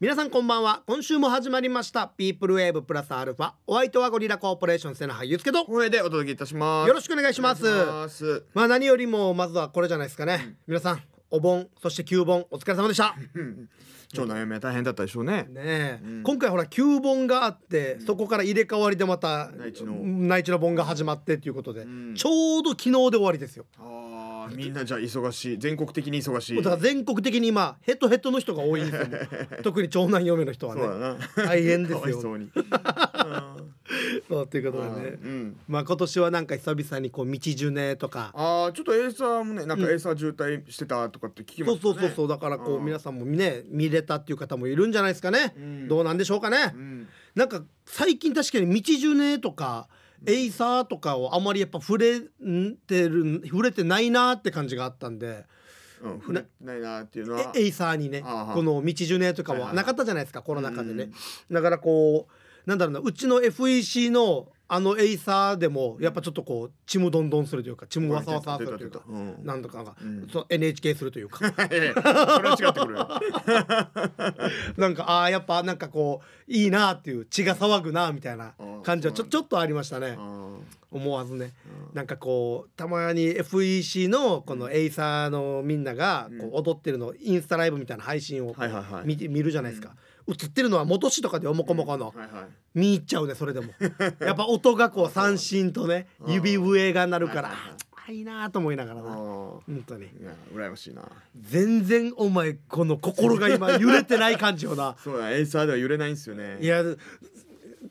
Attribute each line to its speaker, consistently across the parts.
Speaker 1: 皆さんこんばんは今週も始まりましたピープルウェーブプラスアルファお相手はゴリラコーポレーション瀬名俳優つけとよ
Speaker 2: これでお届けいたします。
Speaker 1: ろしくお願いします
Speaker 2: お願いします
Speaker 1: まあ何よりもまずはこれじゃないですかね、皆さんお盆そして旧盆お疲れ様でした
Speaker 2: 長男嫁は大変だったでしょうね。
Speaker 1: ねえ、
Speaker 2: うん
Speaker 1: 今回ほら旧盆があって、そこから入れ替わりでまた
Speaker 2: 内地の
Speaker 1: 内地の盆が始まってということで、
Speaker 2: ん
Speaker 1: ちょうど昨日で終わりですよ
Speaker 2: ああ、みんなじゃあ忙しい、全国的に忙しい。
Speaker 1: だから全国的に今ヘトヘトの人が多いんで すよもう特に長男嫁の人は
Speaker 2: そうだ
Speaker 1: ね
Speaker 2: な。
Speaker 1: 大変 ですよ
Speaker 2: かわいそ うに。
Speaker 1: そうということでね
Speaker 2: うん。
Speaker 1: まあ今年はなんか久々にこう道順ねとか
Speaker 2: ああ、ちょっとエーサーもね、なんかエーサー渋滞してたとかって聞きま
Speaker 1: そう
Speaker 2: したね。
Speaker 1: そうそうそうだからこう皆さんもね見れたっていう方もいるんじゃないですかね、
Speaker 2: ん
Speaker 1: どうなんでしょうかね、
Speaker 2: うん。
Speaker 1: なんか最近確かに道順ねとかエイサーとかをあまりやっぱ触れてる触れてないなって感じがあったんで
Speaker 2: うん、触れてないなっていうのは
Speaker 1: えエイサーにね
Speaker 2: あーはー
Speaker 1: この道順ねとか
Speaker 2: はい
Speaker 1: は
Speaker 2: はい
Speaker 1: なかったじゃないですかコロナ禍で
Speaker 2: う
Speaker 1: ね
Speaker 2: ん
Speaker 1: だからこうなんだろうなうちの FEC のあのエイサーでもやっぱちょっとこうちむどんどんするというかちむわさわさするというか
Speaker 2: 出た出たうん
Speaker 1: なんとかが
Speaker 2: うん
Speaker 1: そう NHK するというか
Speaker 2: いやいやそれは違 ってくるよ。
Speaker 1: なんかああやっぱなんかこういいなっていう血が騒ぐなみたいな
Speaker 2: ー
Speaker 1: 感じはち
Speaker 2: そ
Speaker 1: ょ
Speaker 2: うなんだ
Speaker 1: ちょっとありましたね
Speaker 2: あー
Speaker 1: 思わずねなんかこうたまに FEC のこのエイサーのみんながこう踊ってるのインスタライブみたいな配信を
Speaker 2: はいはいはい。
Speaker 1: 見て見るじゃないですか、映ってるのは元市とかでおもこもこの、
Speaker 2: はいはい。
Speaker 1: 見入っちゃうねそれでもやっぱ音がこう三振とね
Speaker 2: うん
Speaker 1: 指笛が鳴るから
Speaker 2: はいはいはい
Speaker 1: あいいなと思いながら
Speaker 2: あ
Speaker 1: な
Speaker 2: ー
Speaker 1: 本当に
Speaker 2: いや、羨ましいな。
Speaker 1: 全然お前この心が今揺れてない感じよな
Speaker 2: そうだ、エイサーでは揺れないんですよね。
Speaker 1: いや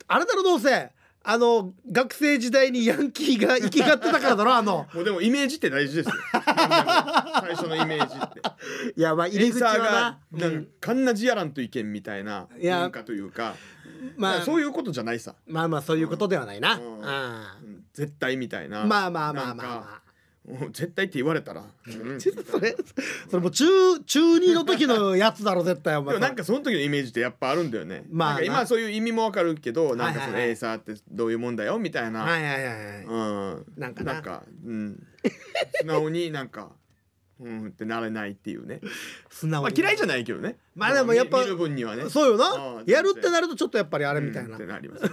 Speaker 1: あれだろどうせあの学生時代にヤンキーが生きがってたからだろあの
Speaker 2: もうでもイメージって大事ですよ。最初のイメージって。
Speaker 1: いやまあ入
Speaker 2: エ
Speaker 1: り
Speaker 2: イ
Speaker 1: 口
Speaker 2: サー
Speaker 1: は
Speaker 2: が
Speaker 1: な、
Speaker 2: な
Speaker 1: うんん
Speaker 2: かカンナジやらんといけんみたいない
Speaker 1: や
Speaker 2: 文化というか、
Speaker 1: まあ
Speaker 2: そういうことじゃないさ。
Speaker 1: まあまあそういうことではないな、
Speaker 2: うん
Speaker 1: ああ
Speaker 2: うん絶対みたいな。
Speaker 1: まあまあまあまあま
Speaker 2: なん
Speaker 1: あ
Speaker 2: か。もう絶対って言われたら。 うん
Speaker 1: ちょっとそれそれもう中中二の時のやつだろ絶対お
Speaker 2: で
Speaker 1: 前
Speaker 2: もなんかその時のイメージってやっぱあるんだよね。
Speaker 1: まあ
Speaker 2: なんか今そういう意味もわかるけど、なんか
Speaker 1: はいはい
Speaker 2: その
Speaker 1: はい
Speaker 2: エイサーってどういうもんだよみたいな。
Speaker 1: はいはいはいはい
Speaker 2: うん。
Speaker 1: なんかな
Speaker 2: うん。素直になんか。うんってなれないっていうね。
Speaker 1: 素直
Speaker 2: まあ
Speaker 1: に
Speaker 2: 嫌いじゃないけどね。
Speaker 1: まあでもやっぱ
Speaker 2: 見る分にはね。
Speaker 1: そうよ
Speaker 2: あ
Speaker 1: な
Speaker 2: あ
Speaker 1: やるってなるとちょっとやっぱりあれみたい
Speaker 2: うんっ
Speaker 1: な
Speaker 2: てなりますね。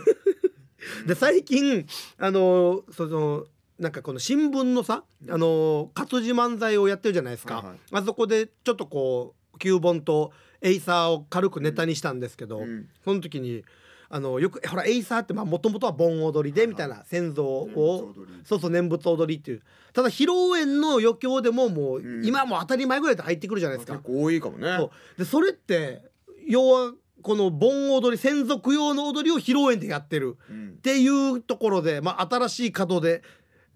Speaker 1: で最近あのーそのなんかこの新聞のさあのー活字漫才をやってるじゃないです
Speaker 2: はいは
Speaker 1: か
Speaker 2: い
Speaker 1: あそこでちょっとこう旧本とエイサーを軽くネタにしたんですけど
Speaker 2: うん
Speaker 1: その時にあのよくほらエイサーってもともとは盆踊りでみたいな先祖を
Speaker 2: 念仏踊り
Speaker 1: そうそう念仏踊りっていうただ披露宴の余興でもも
Speaker 2: う
Speaker 1: うん今はもう当たり前ぐらいで入ってくるじゃないです
Speaker 2: 結
Speaker 1: か。
Speaker 2: 構多いかもね。
Speaker 1: そうでそれって要はこの盆踊り専属用の踊りを披露宴でやってる
Speaker 2: うん
Speaker 1: っ。ていうところで、まあ、新しい門で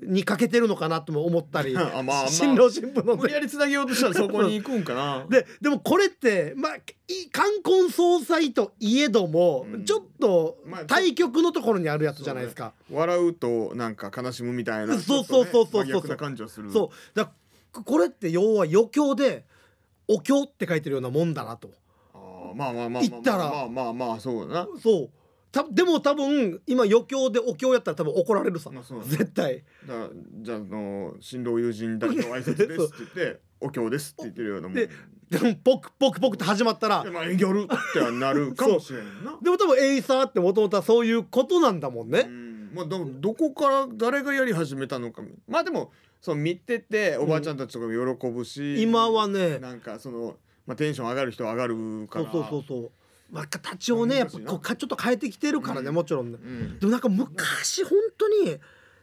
Speaker 1: に欠けてるのかなとも思ったり
Speaker 2: あまあ
Speaker 1: 新郎新婦の
Speaker 2: 無理やり繋げようとしたらそこに行くんかな。
Speaker 1: ででもこれってまあい冠婚葬祭といえども、
Speaker 2: うん
Speaker 1: ちょっと
Speaker 2: まあ
Speaker 1: 対局のところにあるやつじゃないですか。
Speaker 2: 笑うとなんか悲しむみたいな。
Speaker 1: そうそうそうそうそう
Speaker 2: ちょっとね真逆な感じはする。
Speaker 1: そうだこれって要は余興で「お経」って書いてるようなもんだなと。
Speaker 2: あーまあまあまあまあ。
Speaker 1: 行ったら
Speaker 2: まあまあまあそうだな。
Speaker 1: そうたでも多分今余興でお経やったら多分怒られるさ、
Speaker 2: まあそうだね
Speaker 1: 絶対
Speaker 2: だからじゃああの新郎友人誰の挨 拶ですって言ってお経ですって言ってるようなもん。
Speaker 1: で
Speaker 2: で
Speaker 1: でもポクポクポクって始まったら
Speaker 2: まあやるってはなるかもしれ んな。
Speaker 1: でも多分エイサーってもともとはそういうことなんだもん
Speaker 2: う
Speaker 1: ね、
Speaker 2: んまあ、どどこから誰がやり始めたのかまあでもその見てておばあちゃんたちとかも喜ぶし、
Speaker 1: 今はね
Speaker 2: なんかその、まあ、テンション上がる人は上がるか
Speaker 1: そう
Speaker 2: ら
Speaker 1: そうそうそうまあ形をねやっぱこうかちょっと変えてきてるからね、もちろんね、
Speaker 2: うん
Speaker 1: でもなんか昔本当に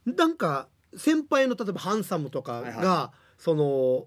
Speaker 1: なんか先輩の例えばハンサムとかが、
Speaker 2: はいは
Speaker 1: その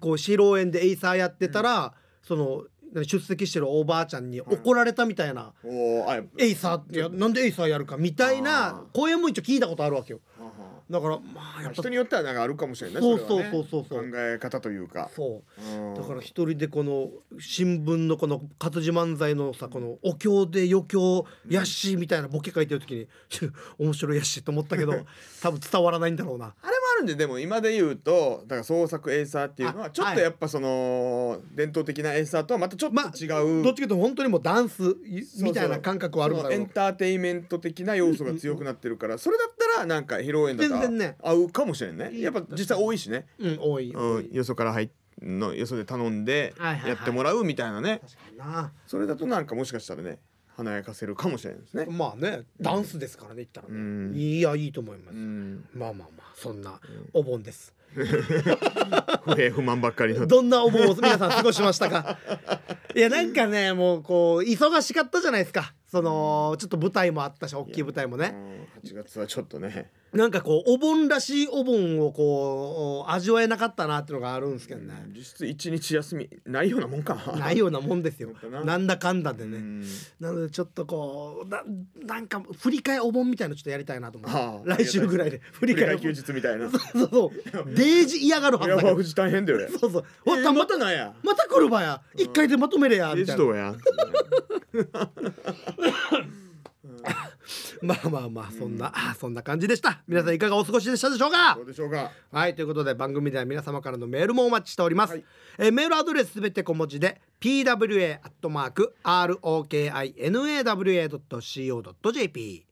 Speaker 1: こう披露宴でエイサーやってたら、その何出席してるおばあちゃんに怒られたみたいな、
Speaker 2: おーあやっぱ
Speaker 1: エイサーってやなんでエイサーやるかみたいな
Speaker 2: あー
Speaker 1: 声も一応聞いたことあるわけよ
Speaker 2: はは
Speaker 1: だからまあやっぱ
Speaker 2: 人によってはなんかあるかもしれない
Speaker 1: そう
Speaker 2: れはね
Speaker 1: そうそうそうそう
Speaker 2: 考え方というか
Speaker 1: そう
Speaker 2: うん
Speaker 1: だから一人でこの新聞のこの活字漫才のさこのお経で余興やっしーみたいなボケ書いてる時に ちょ面白いやっしーと思ったけど多分伝わらないんだろうな
Speaker 2: あれもあるんででも今で言うとだから創作エイサーっていうの
Speaker 1: あ
Speaker 2: はちょっとやっぱその伝統的なエイサーとはまたちょっと
Speaker 1: まあ
Speaker 2: 違う、
Speaker 1: どっちかというと本当にもうダンスい
Speaker 2: そうそう
Speaker 1: みたいな感覚はあるんだ
Speaker 2: そのエ
Speaker 1: ろ
Speaker 2: ン
Speaker 1: う
Speaker 2: ターテインメント的な要素が強くなってるからそれだったらなんか披露宴だった
Speaker 1: 全然ね
Speaker 2: ら合うかもしれんねやっぱ実際多いしね、
Speaker 1: うん多い多
Speaker 2: う
Speaker 1: い
Speaker 2: ん、よそから入っのよそで頼んで
Speaker 1: はいはいはい
Speaker 2: やってもらうみたいなね、
Speaker 1: 確かにな
Speaker 2: それだとなんかもしかしたらね華やかせるかもしれないですね。
Speaker 1: まあねダンスですからね言ったらね、
Speaker 2: うん
Speaker 1: いやいいと思います、
Speaker 2: うん、
Speaker 1: まあまあまあそんなお盆です、
Speaker 2: 不平不満ばっかりの。
Speaker 1: どんなお盆を皆さん過ごしました かいやなんかねもうこう忙しかったじゃないですかそのちょっと舞台もあったし大きい舞台も
Speaker 2: う
Speaker 1: ね
Speaker 2: ん8月はちょっとね。
Speaker 1: なんかこうお盆らしいお盆をこう味わえなかったなっていうのがあるんですけどね、
Speaker 2: 実質一日休みないようなもんか。
Speaker 1: ないようなもんですよ
Speaker 2: 本当な
Speaker 1: なんだかんだで
Speaker 2: う
Speaker 1: ね、
Speaker 2: ん
Speaker 1: なのでちょっとこうななんか振り替えお盆みたいのちょっとやりたいなと思
Speaker 2: あ
Speaker 1: っ
Speaker 2: あ
Speaker 1: て来週ぐらいで振り
Speaker 2: 振り
Speaker 1: 替えお
Speaker 2: 替え休
Speaker 1: 盆
Speaker 2: 日みたいな。い
Speaker 1: そうそうデージ嫌がるはず
Speaker 2: や
Speaker 1: だ
Speaker 2: ば
Speaker 1: よ
Speaker 2: 富士大変だよね。
Speaker 1: そうそうわ
Speaker 2: え
Speaker 1: たま
Speaker 2: ま
Speaker 1: た
Speaker 2: たなんや。
Speaker 1: また来るばや一回でまとめれやみたいな
Speaker 2: どうや。
Speaker 1: まあまあまあそんな、あそんな感じでした皆さんいかがお過ごしでしたでしょうか、
Speaker 2: どうでしょうか。
Speaker 1: はいということで番組では皆様からのメールもお待ちしております、
Speaker 2: はい
Speaker 1: えーメールアドレスすべて小文字で pwa.rokinawa.co.jp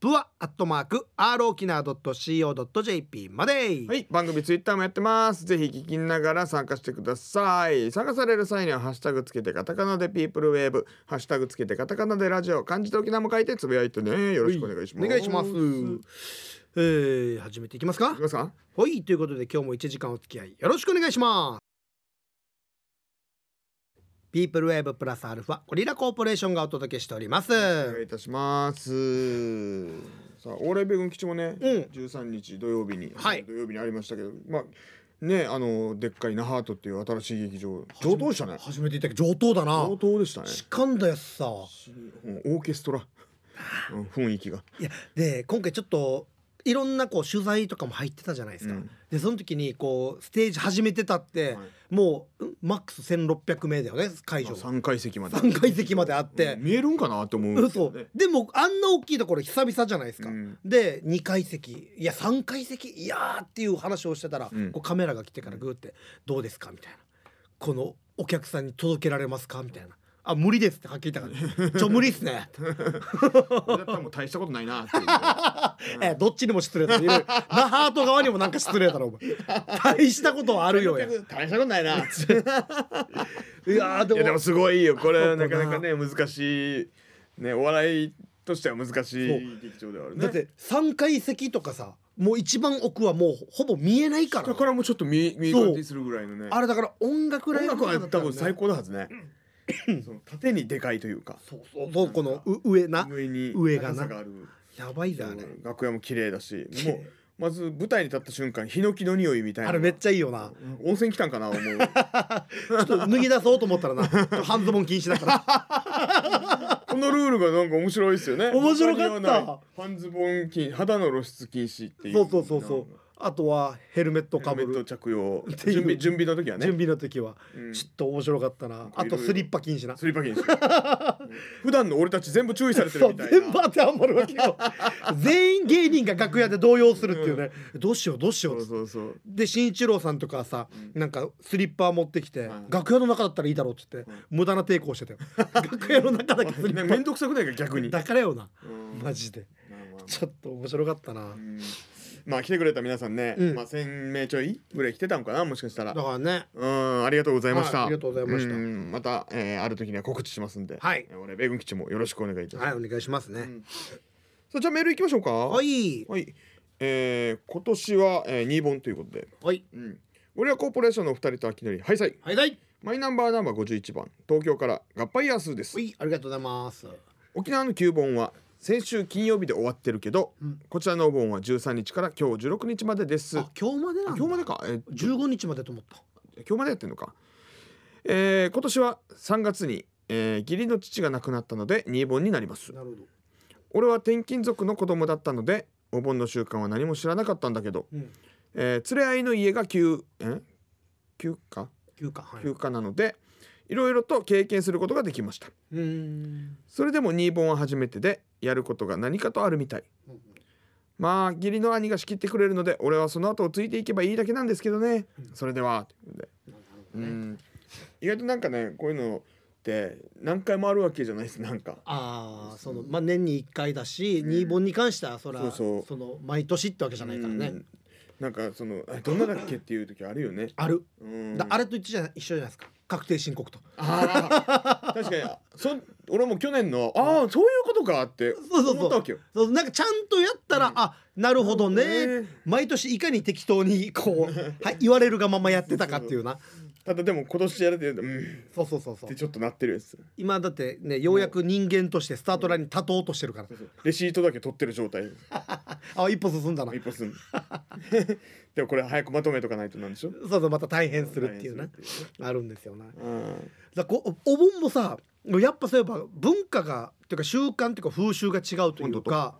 Speaker 1: ブワアットマーク r o k i n a c o j p まで、
Speaker 2: はい、番組ツイッターもやってます。ぜひ聞きながら参加してください。参加される際にはハッシュタグつけてカタカナでピープルウェーブ、ハッシュタグつけてカタカナでラジオ、漢字と沖縄も書いてつぶやいてね。よろしくお願いします。
Speaker 1: お願いしますえー、始めていきますか
Speaker 2: いきますか。
Speaker 1: はいということで今日も1時間お付き合いよろしくお願いしますピープルウェーブプラスアルファゴリラコーポレーションがお届けしております
Speaker 2: お願いいたします。さあ、オーライ米軍基地もね、
Speaker 1: うん
Speaker 2: 13日土曜日に、
Speaker 1: はい
Speaker 2: 土曜日にありましたけど、まあね、あのでっかい那覇ートっていう新しい劇場、上等でしたね。
Speaker 1: 初めて言ったけど上等だな
Speaker 2: 上等でしたね。
Speaker 1: しかんだやつさ
Speaker 2: うんオーケストラ、うん雰囲気が。
Speaker 1: いやで今回ちょっといろんなこう取材とかも入ってたじゃないですか、
Speaker 2: うん
Speaker 1: でその時にこうステージ始めてたって、
Speaker 2: はい
Speaker 1: もううんマックス1600名だよね会場
Speaker 2: 3階席まで。
Speaker 1: 3階席まであって
Speaker 2: うん、見えるんかなって思うんです
Speaker 1: 嘘
Speaker 2: よね。
Speaker 1: でもあんな大きいところ久々じゃないですか、
Speaker 2: うん
Speaker 1: で2階席いや3階席いやーっていう話をしてたら、
Speaker 2: うん
Speaker 1: こうカメラが来てからグーって「どうですか?」みたいな「このお客さんに届けられますか?」みたいな「あ無理です」ってはっきり言ったから「ちょ無理っす ね」
Speaker 2: だったらもう大したことないなって いう。
Speaker 1: えどっちにも失礼だろいろいろなハート側にもなんか失礼だろお前大したことはあるよやい
Speaker 2: 大したことな いな。い
Speaker 1: やーでも
Speaker 2: やでもすごいよ。これは
Speaker 1: そ
Speaker 2: な
Speaker 1: うか
Speaker 2: か
Speaker 1: な
Speaker 2: なかね難しいねお笑いとしては難し
Speaker 1: そ
Speaker 2: い劇場ではあるね。
Speaker 1: だって3階席とかさもう一番奥はもうほぼ見えないから
Speaker 2: 下からもちょっと見見え
Speaker 1: そう
Speaker 2: 感じするぐらいのね。
Speaker 1: あれだから音楽ラ
Speaker 2: 音
Speaker 1: イブ
Speaker 2: 楽は
Speaker 1: とかだ
Speaker 2: 多
Speaker 1: ったらね
Speaker 2: 分最高だはずね。その縦にでかいというか
Speaker 1: そうそうそうこのう上な
Speaker 2: 上に
Speaker 1: 上がな
Speaker 2: 高さがある。
Speaker 1: やばいだあれ
Speaker 2: うん楽屋も綺麗だし、
Speaker 1: 綺
Speaker 2: も
Speaker 1: 麗
Speaker 2: うまず舞台に立った瞬間ヒノキの匂いみたいな。
Speaker 1: あれめっちゃいいよな
Speaker 2: うん温泉来たんか な思う。
Speaker 1: ちょっと脱ぎ出そうと思ったらな半ズボン禁止だから
Speaker 2: このルールがなんか面白いですよね。
Speaker 1: 面白かった
Speaker 2: 他にはない半ズボン禁肌の露出禁止っていう。
Speaker 1: そうそうそうそうあとはヘルメット
Speaker 2: カ
Speaker 1: かぶ
Speaker 2: メット
Speaker 1: る
Speaker 2: 着用
Speaker 1: ていう
Speaker 2: 準備準備の時はね。
Speaker 1: 準備の時は
Speaker 2: うん
Speaker 1: ちょっと面白かったなあ
Speaker 2: いろ
Speaker 1: と
Speaker 2: いろ
Speaker 1: スリッパ禁止な
Speaker 2: スリッパ禁止。 普段の俺たち全部注意されて
Speaker 1: そう
Speaker 2: るみたいな。
Speaker 1: 全部当てはまるわけ よ全員芸人が楽屋で動揺するっていうね、どうしようどうしよ
Speaker 2: そううそうそう。
Speaker 1: で新一郎さんとかさ、なんかスリッパ持ってきて、
Speaker 2: はい
Speaker 1: 楽屋の中だったらいいだろうって言って、無駄な抵抗してたよ 楽屋の中だけスリ
Speaker 2: ね
Speaker 1: ッ
Speaker 2: め
Speaker 1: パ
Speaker 2: んどくさくないか逆に。
Speaker 1: だからよな
Speaker 2: うん
Speaker 1: マジで
Speaker 2: まあまあ
Speaker 1: ちょっと面白かったな、
Speaker 2: うんまあ来てくれた皆さんね、
Speaker 1: うん
Speaker 2: まあ1000名ちょいぐらい来てたのかなもしかしたら
Speaker 1: だ。からね
Speaker 2: うんありがとうございました。
Speaker 1: はいありがとうございました
Speaker 2: んまた、えーある時には告知しますんで。
Speaker 1: はい
Speaker 2: えー。俺米軍基地もよろしくお願いいたします。
Speaker 1: はいお願いしますね、
Speaker 2: さあじゃあメール行きましょうか。は
Speaker 1: は。い
Speaker 2: はい。えー、今年は、えー、2本ということで、
Speaker 1: はい
Speaker 2: うん、俺はコーポレーションのお二人と秋のりハイサイ
Speaker 1: はいはい
Speaker 2: マイナンバーナンバー51番東京から合杯ヤースーです
Speaker 1: はいありがとうございます
Speaker 2: 沖縄の旧盆は先週金曜日で終わってるけど、こちらのお盆は13日から今日16日までです
Speaker 1: あ今日までなんだ
Speaker 2: 今日までか、えー
Speaker 1: 15日までと思った
Speaker 2: 今日までやってんのか、えー、今年は3月に、えー、義理の父が亡くなったので2盆になります
Speaker 1: なるほど、
Speaker 2: 俺は転勤族の子供だったのでお盆の習慣は何も知らなかったんだけど
Speaker 1: うん、
Speaker 2: えー連れ合いの家が休え休暇
Speaker 1: 休暇はい
Speaker 2: 休暇なのでいろいろと経験することができました
Speaker 1: うーん
Speaker 2: それでもニーボンは初めてでやることが何かとあるみたい
Speaker 1: うん
Speaker 2: まあ義理の兄が仕切ってくれるので俺はその後をついていけばいいだけなんですけどねそれではということでうん意外となんかねこういうのって何回もあるわけじゃないですなんか
Speaker 1: ああそのまあ年に一回だし、二本に関してはそら
Speaker 2: そうそう
Speaker 1: その毎年ってわけじゃないからね、
Speaker 2: うんなんかそのえどんなだっけっていう時あるよね。
Speaker 1: ある、
Speaker 2: うん、
Speaker 1: だあれと一緒じゃない一緒じゃないですか確定申告と
Speaker 2: あー確かにそ俺も去年のああそういうことかって
Speaker 1: そうそう
Speaker 2: 思ったわけよ。
Speaker 1: そうなんかちゃんとやったら、
Speaker 2: うん
Speaker 1: あなるほどね
Speaker 2: なるほどね
Speaker 1: 毎年いかに適当にこ う、はい、言われるがままやってたかっていうな
Speaker 2: ただでも今年やれてるとうんっ
Speaker 1: そうそうそうそう
Speaker 2: てちょっとなってるやつ。
Speaker 1: 今だってねようやく人間としてスタートラインに立とうとしてるから
Speaker 2: レシートだけ取ってる状態。
Speaker 1: あ一歩進んだな
Speaker 2: 一歩進 んででもこれ早くまとめとかないとなんでしょ。
Speaker 1: そうそうまた大変するっていうな
Speaker 2: 大変するって
Speaker 1: あるんですよなだか
Speaker 2: いううん
Speaker 1: らこうお盆もさやっぱそういえば文化がっていうか習慣っていうか風習が違うというか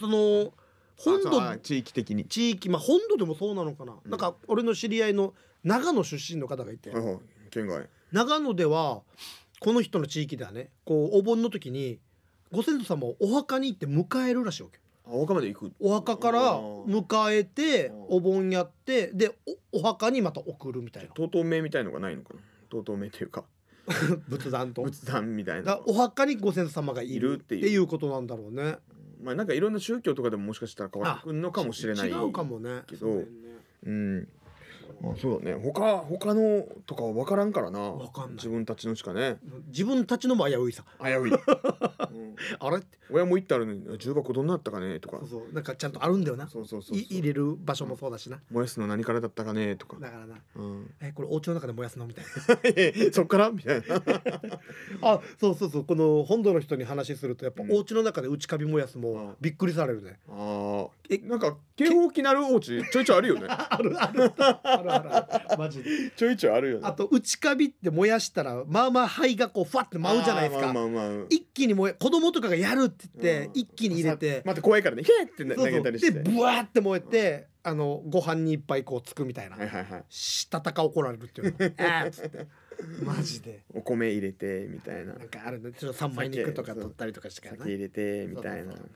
Speaker 1: その本
Speaker 2: あそうあ
Speaker 1: 土
Speaker 2: 地域的に。
Speaker 1: 地域まあ本土でもそうなのかな、なんか俺の知り合いの長野出身の方がいて、
Speaker 2: うん県外。
Speaker 1: 長野ではこの人の地域ではねこうお盆の時にご先祖様をお墓に行って迎えるらしいわけ
Speaker 2: あ大岡まで行く。
Speaker 1: お墓から迎えて
Speaker 2: うん
Speaker 1: お盆やってでおお墓にまた送るみたいな
Speaker 2: とうとう名みたいのがないのかな。とうとう名というか
Speaker 1: 仏壇と。
Speaker 2: 仏壇みたい
Speaker 1: だ
Speaker 2: な
Speaker 1: から。お墓にご先祖様がい
Speaker 2: い
Speaker 1: るっ
Speaker 2: るってていう
Speaker 1: いうことなんだろうね。
Speaker 2: まあなんかいろんな宗教とかでももしかしたら変わってくるのかもしれない
Speaker 1: 違うかもね。
Speaker 2: けどうんまあそうだね他他のとかは分からんからな
Speaker 1: わかんない
Speaker 2: 自分たちのしかね
Speaker 1: 自分たちのも危ういさ。
Speaker 2: 危 うい、うん
Speaker 1: あれって
Speaker 2: 親も行ったらね重箱どんなだったかねとか
Speaker 1: そうそうなんかちゃんとあるんだよな。
Speaker 2: そうそうそうそう
Speaker 1: い入れる場所もそうだしな。
Speaker 2: 燃やすの何からだったかねとか、
Speaker 1: だからな。
Speaker 2: うん
Speaker 1: えこれお家の中で燃やすのみたいな。
Speaker 2: そっからみたいな
Speaker 1: あそうそうそうこの本土の人に話するとやっぱお家の中で内カビ燃やす
Speaker 2: うん
Speaker 1: もびっくりされるね。
Speaker 2: あー
Speaker 1: え
Speaker 2: なんか警報機鳴るお家ちょいちょいあるよね
Speaker 1: あるあるあるあ るマジで。
Speaker 2: ちょいちょいあるよね
Speaker 1: あと内カビって燃やしたらまあまあ灰がこうふわって舞うじゃないですか、
Speaker 2: あーまあまあまあ
Speaker 1: 一気に燃え子供とかがやるって言って、
Speaker 2: うん
Speaker 1: 一気に入れて、
Speaker 2: また怖いからねヒェーってな
Speaker 1: そうそ
Speaker 2: 投
Speaker 1: う
Speaker 2: げたりして
Speaker 1: でブワーって燃えて、あのご飯にいっぱいこうつくみたいな、
Speaker 2: はいはいはい
Speaker 1: したたか怒られるっていう のあーっつってマジで
Speaker 2: お米入れてみたいな
Speaker 1: なんかあるねちょっと三枚肉とか取ったりとかしてからな
Speaker 2: 酒入れてみたいな
Speaker 1: そうそう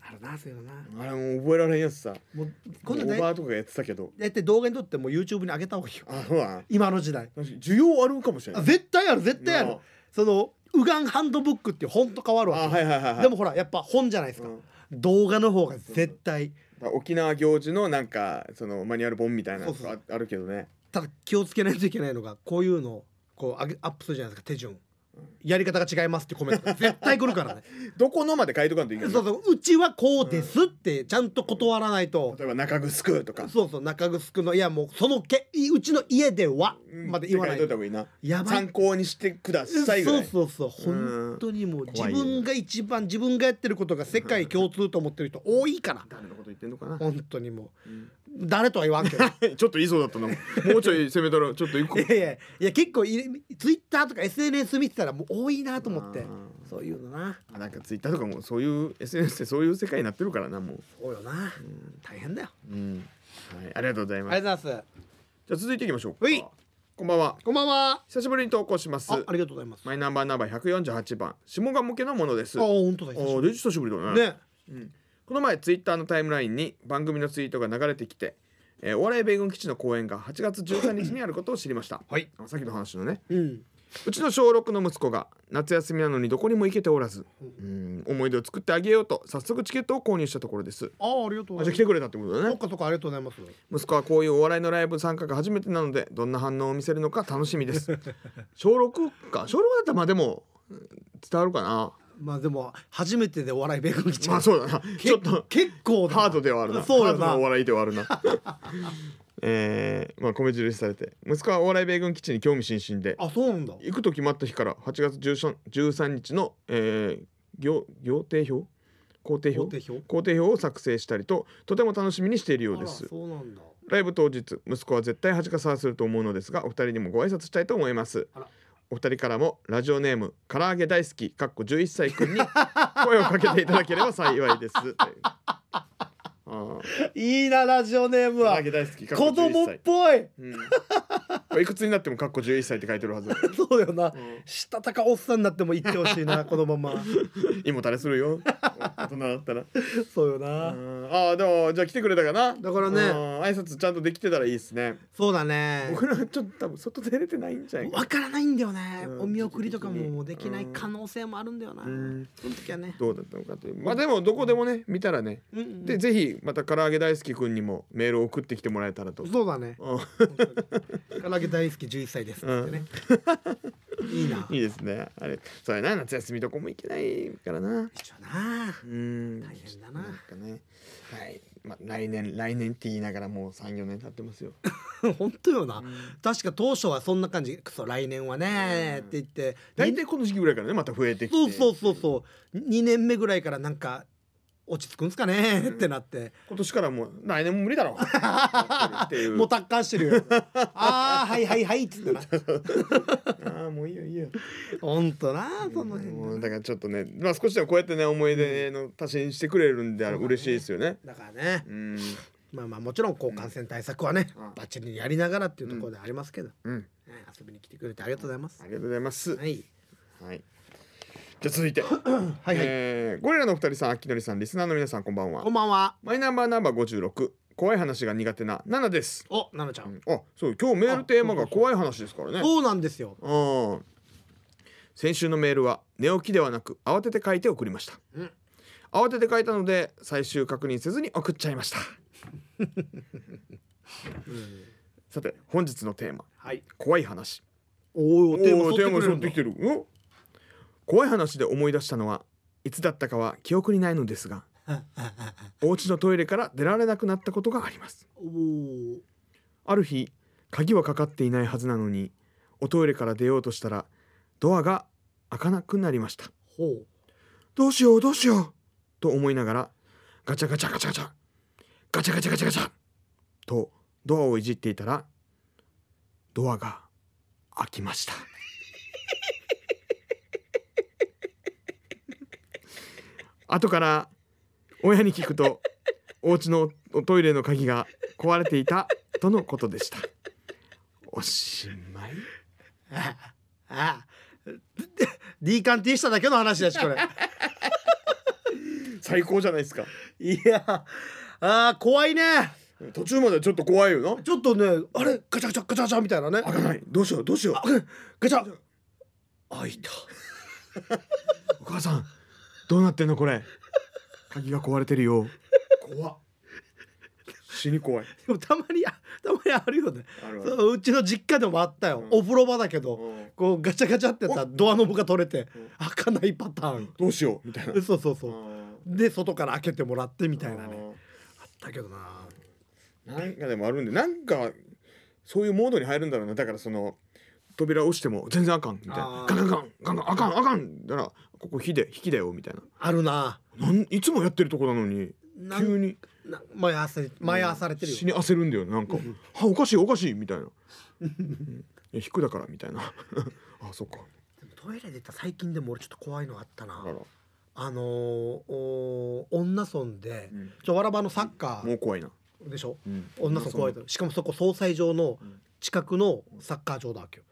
Speaker 1: あるなそういうのな
Speaker 2: あれもう覚えられんやつさ
Speaker 1: もう
Speaker 2: オ
Speaker 1: こんなん
Speaker 2: ー
Speaker 1: だ
Speaker 2: バ
Speaker 1: い
Speaker 2: ーとかやってたけど
Speaker 1: 大体動画に撮っても YouTube に上げた方がいいよ
Speaker 2: あそうだ
Speaker 1: 今の時代
Speaker 2: 確かに需要あるかもしれな
Speaker 1: あ
Speaker 2: い
Speaker 1: 絶対ある絶対ある
Speaker 2: なあ
Speaker 1: そのウガンハンドブックっていう本と変わるわけ
Speaker 2: あはいはいはいはい
Speaker 1: でもほらやっぱ本じゃないですか、動画の方が絶対
Speaker 2: だから沖縄行事のなんかそのマニュアル本みたいなの
Speaker 1: そうそ
Speaker 2: がああるけどね
Speaker 1: ただ気をつけないといけないのがこういうのをこう上げアップするじゃないですか手順やり方が違いますってコメントが絶対来るからね
Speaker 2: どこのまで書いとかんといけ
Speaker 1: そ
Speaker 2: な
Speaker 1: う
Speaker 2: い
Speaker 1: そううちはこうですってちゃんと断らないと、
Speaker 2: 例えば中城とか
Speaker 1: そうそう中城のいやもうそのけいうちの家では
Speaker 2: うん
Speaker 1: まで言わな
Speaker 2: っ
Speaker 1: い
Speaker 2: て書いといた方がいいな
Speaker 1: やばい
Speaker 2: 参考にしてくださいぐ
Speaker 1: そ
Speaker 2: ら
Speaker 1: う
Speaker 2: い
Speaker 1: そうそう
Speaker 2: うん
Speaker 1: 本当にもう自
Speaker 2: 怖いよね
Speaker 1: 分が一番自分がやってることが世界共通と思ってる人多いから
Speaker 2: 誰のこと言ってんのかな
Speaker 1: 本当にもう誰とは言わんけど
Speaker 2: ちょっと言いそうだったなもうちょい攻めたらちょっと行く
Speaker 1: いやいやいや結構いツイッターとか SNS 見てたらもう多いなと思って
Speaker 2: あー
Speaker 1: そういうのな
Speaker 2: あなんかツイッターとかもそういう SNS でそういう世界になってるからなもう
Speaker 1: そうよな大変だよ
Speaker 2: うんはい、ありがとうございます。
Speaker 1: ありがとうございま
Speaker 2: じゃあ続いていきましょう
Speaker 1: ほい
Speaker 2: か。こんばんは
Speaker 1: す。こんばんは
Speaker 2: 久しぶりに投稿します
Speaker 1: あ。ありがとうございますあ
Speaker 2: マイナンバーナンバー百四十八番下賀向けのものです。あ
Speaker 1: 本当だ久し
Speaker 2: ー、
Speaker 1: ぶ
Speaker 2: で久しぶりだ
Speaker 1: り
Speaker 2: ね。
Speaker 1: ね
Speaker 2: この前ツイッターのタイムラインに番組のツイートが流れてきて、えー、お笑い米軍基地の公演が8月13日にあることを知りました。
Speaker 1: はい
Speaker 2: あさっきの話のね。
Speaker 1: うん
Speaker 2: うちの小6の息子が夏休みなのにどこにも行けておらず、うん、思い出を作ってあげようと早速チケットを購入したところです。
Speaker 1: あーありがとうご
Speaker 2: あ
Speaker 1: ざい
Speaker 2: じゃあ来
Speaker 1: ます
Speaker 2: てくれたってことだ
Speaker 1: そ
Speaker 2: ね
Speaker 1: っ。かそっかありがとうございます
Speaker 2: 息子はこういうお笑いのライブ参加が初めてなのでどんな反応を見せるのか楽しみです小6か小6だったらまあでもうん伝わるかな
Speaker 1: まあでも初めてでお笑い弁護士
Speaker 2: まあそうだなちょっと
Speaker 1: 結構だな
Speaker 2: ハードではあるな
Speaker 1: そうよ
Speaker 2: ハードなお
Speaker 1: な
Speaker 2: 笑いでは あるなえー、まあ米印されて息子はお笑い米軍基地に興味津々で
Speaker 1: あそうなんだ
Speaker 2: 行くと決まった日から8月13 13日の、えー、行行程表工程
Speaker 1: 工程
Speaker 2: 表
Speaker 1: 表
Speaker 2: 工程表を作成したりととても楽しみにしているよう
Speaker 1: あ
Speaker 2: で
Speaker 1: ら
Speaker 2: す
Speaker 1: そうなんだ
Speaker 2: ライブ当日息子は絶対恥かさわすると思うのですがお二人にもご挨拶したいと思います
Speaker 1: あら
Speaker 2: お二人からもラジオネーム唐揚げ大好きかっこ11歳くんに声をかけていただければ幸いです というあー
Speaker 1: いいなラジオネーム
Speaker 2: 唐
Speaker 1: は
Speaker 2: 揚げ大好きかっこ
Speaker 1: 子
Speaker 2: 11
Speaker 1: 供っ
Speaker 2: 歳
Speaker 1: ぽい
Speaker 2: うんこれいくつになってもかっこ11歳って書いてるはず
Speaker 1: そうだよな、したたかおっさんになっても行ってほしい なこのまま
Speaker 2: 芋たれするよ大人だったら
Speaker 1: そうよ
Speaker 2: あ
Speaker 1: な、
Speaker 2: ーあーでもじゃあ来てくれたかな
Speaker 1: だからね
Speaker 2: うん挨拶ちゃんとできてたらいいですね
Speaker 1: そうだね
Speaker 2: 僕らちょっと多分外出れてないんじゃないか
Speaker 1: わからないんだよね、
Speaker 2: うん
Speaker 1: お見送りとかももうできない
Speaker 2: うん
Speaker 1: 可能性もあるんだよな、
Speaker 2: ん
Speaker 1: その時はね
Speaker 2: どうだったのかというまあでもどこでもね見たらね
Speaker 1: うんうん
Speaker 2: でぜひまた唐揚げ大好きくんにもメールを送ってきてもらえたらと
Speaker 1: そうだね
Speaker 2: うん
Speaker 1: 唐揚げ大好き11歳ですってね、いいない
Speaker 2: いですねあれそれな夏休みどこも行けないからな
Speaker 1: 一緒な
Speaker 2: うん
Speaker 1: 大変だなん
Speaker 2: かねはい、まあ、来年来年って言いながらもう34年経ってますよ
Speaker 1: 本当よな、確か当初はそんな感じくそ来年はねって言って
Speaker 2: 大体この時期ぐらいからねまた増えてきて
Speaker 1: そうそうそうそう2年目ぐらいからなんか落ち着くんすかねってなって、
Speaker 2: 今年からもう来年も無理 だろうっていう
Speaker 1: もう達観してる よああはいはいはいっつってな
Speaker 2: ああもういいよいいよ
Speaker 1: ほんとなその辺
Speaker 2: も
Speaker 1: な
Speaker 2: うだからちょっとねまあ少しでもこうやってね思い出の足しにしてくれるんであれ
Speaker 1: そうだね
Speaker 2: 嬉しいですよね
Speaker 1: だからね
Speaker 2: うん
Speaker 1: まあまあもちろんこう感染対策はね、
Speaker 2: うん
Speaker 1: バッチリやりながらっていうところでありますけど、
Speaker 2: うん
Speaker 1: ね遊びに来てくれてありがとうございます
Speaker 2: あ、りがとうございます
Speaker 1: はい
Speaker 2: はいじゃあ続いて
Speaker 1: はいはい、
Speaker 2: えーゴリラのお二人さん、あきのりさん、リスナーの皆さん、こんばんは
Speaker 1: こ。んばんは
Speaker 2: マイナンバーナンバー56、怖い話が苦手な7です。
Speaker 1: おななちゃ、
Speaker 2: うんんあ、そう、今日メールテーマが怖い話ですからね。
Speaker 1: そうなんですよ
Speaker 2: うん。先週のメールは寝起きではなく慌てて書いて送りました。
Speaker 1: うん
Speaker 2: 慌てて書いたので最終確認せずに送っちゃいました。さて本日のテーマ
Speaker 1: はい
Speaker 2: 怖い話。
Speaker 1: お
Speaker 2: お
Speaker 1: おテーマ
Speaker 2: ー
Speaker 1: 沿ってくれるんだ
Speaker 2: テーマ沿ってきてるうん怖い話で思い出したのはいつだったかは記憶にないので すがお家のトイレから出られなくなったことがあります
Speaker 1: おお
Speaker 2: ある日鍵はかかっていないはずなのにおトイレから出ようとしたらドアが開かなくなりました
Speaker 1: ほう
Speaker 2: どうしようどうしようと思いながらガチャガチャガチャガチャガチャガチャガチャガチャとドアをいじっていたらドアが開きました 後から親に聞くとお家のおトイレの鍵が壊れていたとのことでしたおしまい
Speaker 1: ああ D カン T しただけの話だし これ
Speaker 2: 最高じゃないですか
Speaker 1: いやああ怖いね
Speaker 2: 途中までちょっと怖いよな
Speaker 1: ちょっとねあれガチャガチャガチャガチャみたいなね
Speaker 2: 開かないどうしようどうしよう
Speaker 1: ガチャ開いた
Speaker 2: お母さんどうなってんのこれ鍵が壊れてるよ
Speaker 1: 怖っ
Speaker 2: 死に怖い
Speaker 1: でもたまにあたまにあるよね
Speaker 2: ある
Speaker 1: そううちの実家でもあったよ、
Speaker 2: うん
Speaker 1: お風呂場だけど、こうガチャガチャってやったらドアノブが取れて、
Speaker 2: うん
Speaker 1: 開かないパターン、
Speaker 2: どうしようみたいな
Speaker 1: そうそうそう、
Speaker 2: み
Speaker 1: で外から開けてもらってみたいなねあったけどな
Speaker 2: なんかでもあるんでなんかそういうモードに入るんだろうなだからその扉押しても全然あかんみたいな
Speaker 1: あー
Speaker 2: ガンガンガンガンガンあかんあかんだからここ火で引きだよみたいな
Speaker 1: あるな
Speaker 2: なんいつもやってるとこなのに
Speaker 1: なん
Speaker 2: 急に
Speaker 1: な前あされ前あされてるよ
Speaker 2: 死に焦るんだよねなんか「あおかしいおかしい」みたいな「うんいや引くだから」みたいな あそっか
Speaker 1: でもトイレで言ったら最近でも俺ちょっと怖いのあった
Speaker 2: だ
Speaker 1: な
Speaker 2: から
Speaker 1: あのー、お女村で、
Speaker 2: うん
Speaker 1: ちょわらばのサッカ
Speaker 2: もう怖いな
Speaker 1: ーでしょ、
Speaker 2: うん
Speaker 1: 女村怖いとしかもそこ総裁場の近くのサッカー場だわけよ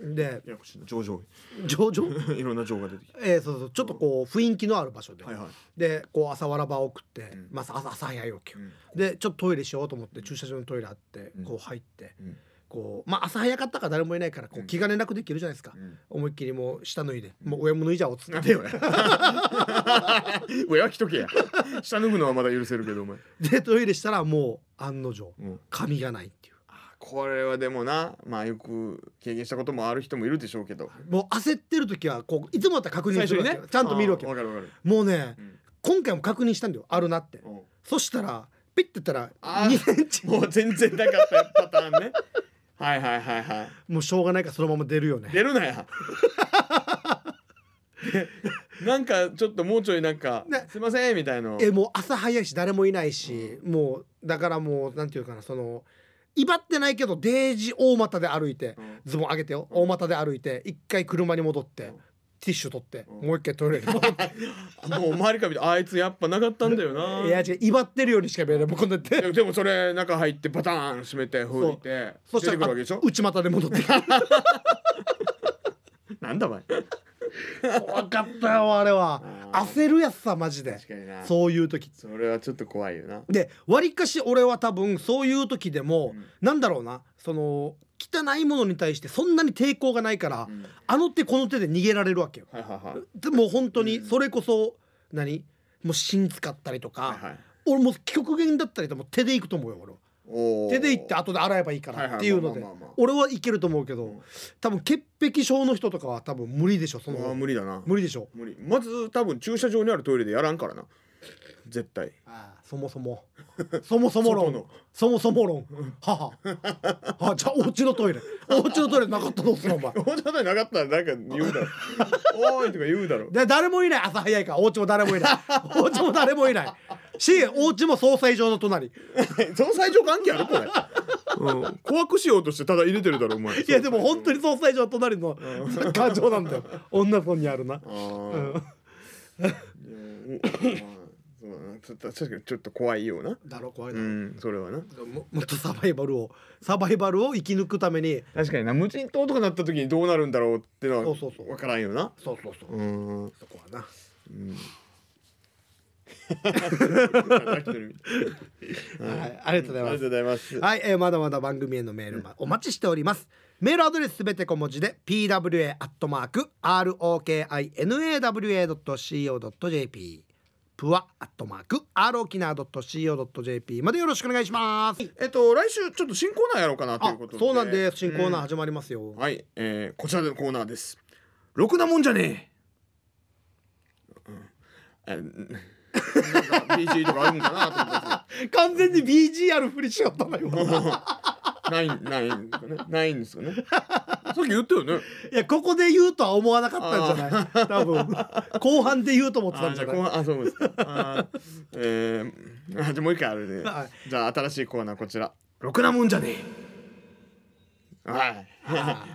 Speaker 1: で
Speaker 2: ややこしいな上場
Speaker 1: 上場
Speaker 2: いろんな情が出てきて
Speaker 1: えー、そうそうちょっとこう雰囲気のある場所で、
Speaker 2: はいはい、
Speaker 1: でこう朝わらばを送って、
Speaker 2: ん
Speaker 1: まあ、朝朝早いわけよ、でちょっとトイレしようと思って駐車場のトイレあって
Speaker 2: うん
Speaker 1: こう入って、
Speaker 2: うん
Speaker 1: こうまあ朝早かったから誰もいないからこ
Speaker 2: う
Speaker 1: うん気兼ねなくできるじゃないですか、
Speaker 2: うん
Speaker 1: 思いっきりもう下脱いで、もう上も脱いじゃおうっつって
Speaker 2: なんでよ 上は着とけや下脱ぐのはまだ許せるけどお前、
Speaker 1: でトイレしたらもう案の定
Speaker 2: うん、
Speaker 1: 髪がないっていう
Speaker 2: これはでもなまあよく経験したこともある人もいるでしょうけど
Speaker 1: もう焦ってる時はこういつもだったら確認するわけよ、ちゃんと見るわけ
Speaker 2: あー
Speaker 1: よ
Speaker 2: わかるわかる
Speaker 1: もうね、
Speaker 2: うん
Speaker 1: 今回も確認したんだよあるなって、
Speaker 2: うん
Speaker 1: そしたらピッてったら
Speaker 2: あー
Speaker 1: 2センチ
Speaker 2: もう全然なかったパターンねはいはいはいはい
Speaker 1: もうしょうがないからそのまま出るよね
Speaker 2: 出る なやなんかちょっともうちょいなんか
Speaker 1: ね
Speaker 2: 「すいません」みたいの
Speaker 1: えもう朝早いし誰もいないし、もうだからもうなんていうかなその威張ってないけどデージ大股で歩いて、
Speaker 2: うん
Speaker 1: ズボン上げてよ大股で歩いて一回車に戻って、
Speaker 2: うん
Speaker 1: ティッシュ取って、もう一回トイレに
Speaker 2: もう周りから見てあいつやっぱなかったんだよない
Speaker 1: や違う威張ってるようにしか見えないもうこんなや って
Speaker 2: ででもそれ中入ってバターン閉めて拭いて
Speaker 1: そし
Speaker 2: 出
Speaker 1: た
Speaker 2: てく
Speaker 1: ら
Speaker 2: る
Speaker 1: あ
Speaker 2: わけでしょ
Speaker 1: 内股で戻って きた
Speaker 2: なんだお前
Speaker 1: 怖かったよあれは
Speaker 2: あー
Speaker 1: 焦るやつさマジで
Speaker 2: 確かになそ
Speaker 1: そういう時
Speaker 2: れはちょっと怖いよな
Speaker 1: でわりかし俺は多分そういう時でも、
Speaker 2: うん
Speaker 1: なんだろうなその汚いものに対してそんなに抵抗がないから、
Speaker 2: うん
Speaker 1: あの手この手で逃げられるわけよ。
Speaker 2: はいはいはい
Speaker 1: でもう本当に
Speaker 2: うん
Speaker 1: それこそ、何もう芯使ったりとか、
Speaker 2: はいはい
Speaker 1: 俺もう極限だったりともう手でいくと思うよ俺は
Speaker 2: おー
Speaker 1: 手でいって後で洗えばいいからっていうので、
Speaker 2: ははまあまあまあまあ
Speaker 1: 俺はいけると思うけど、
Speaker 2: うん
Speaker 1: 多分潔癖症の人とかは多分無理でしょその
Speaker 2: うわ無理だな
Speaker 1: 無理でしょ
Speaker 2: 無理まず多分駐車場にあるトイレでやらんからな絶 対
Speaker 1: ああそもそもそもそも
Speaker 2: 外
Speaker 1: 論
Speaker 2: の
Speaker 1: そもそも論は はあじゃあお家のトイレお家のトイレなかったらどうするお前
Speaker 2: 本当になかったらなんか言 うだろおーいとか言うだろ
Speaker 1: で誰もいない朝早いからお家も誰もいないお家も誰もいないしお家も総裁場の隣い
Speaker 2: その最上関係あるこれ、うん、怖くしようとしてただ入れてるだろお前い
Speaker 1: やでも本当に総裁場の隣の感情なんだよ女の子にあるな
Speaker 2: あーいやおまあそうだなちょっと確かにちょっと怖いような
Speaker 1: だろ怖いうな、
Speaker 2: んそれはな
Speaker 1: ももっとサバイバルをサバイバルを生き抜くために
Speaker 2: 確かにな無人島とかなった時にどうなるんだろうってのは
Speaker 1: そうそうそう
Speaker 2: 分からんよな
Speaker 1: そうそうそう、
Speaker 2: うん
Speaker 1: そこはな
Speaker 2: 飽きてる
Speaker 1: はい、ありがとうござい
Speaker 2: あり
Speaker 1: ま
Speaker 2: がとうご
Speaker 1: す。
Speaker 2: ざいます
Speaker 1: はい、えー、まだまだ番組へのメールまお待ちしております。メールアドレスすべて小文字で pwa.rokinawa.co.jp プワアットマーク r o k i n a c o j p までよろしくお願いします。
Speaker 2: えっと来週ちょっと新コーナーやろうかなとい
Speaker 1: あ
Speaker 2: うこと、で
Speaker 1: そうなんです。新コーナー
Speaker 2: うん
Speaker 1: 始まりますよ。
Speaker 2: はい、えー、こちらのコーナーですろくなもんじゃねえ、 うんなんか BG とかあるんかなと思ったんですけど
Speaker 1: 完全に BGR 振りしちゃったのよ。
Speaker 2: ないないんですかね。ないん ですかね。さっき言ったよね。
Speaker 1: いやここで言うとは思わなかったんじゃ ない。多分後半で言うと思ってた
Speaker 2: あ
Speaker 1: ん
Speaker 2: じ
Speaker 1: じ
Speaker 2: ゃ
Speaker 1: ゃ
Speaker 2: あ
Speaker 1: ない
Speaker 2: 後。半あそうですか。あーえー、あじゃあもう一回あるね
Speaker 1: は。
Speaker 2: じゃあ新しいコーナーこちら。ろくなもんじゃねえ。はい。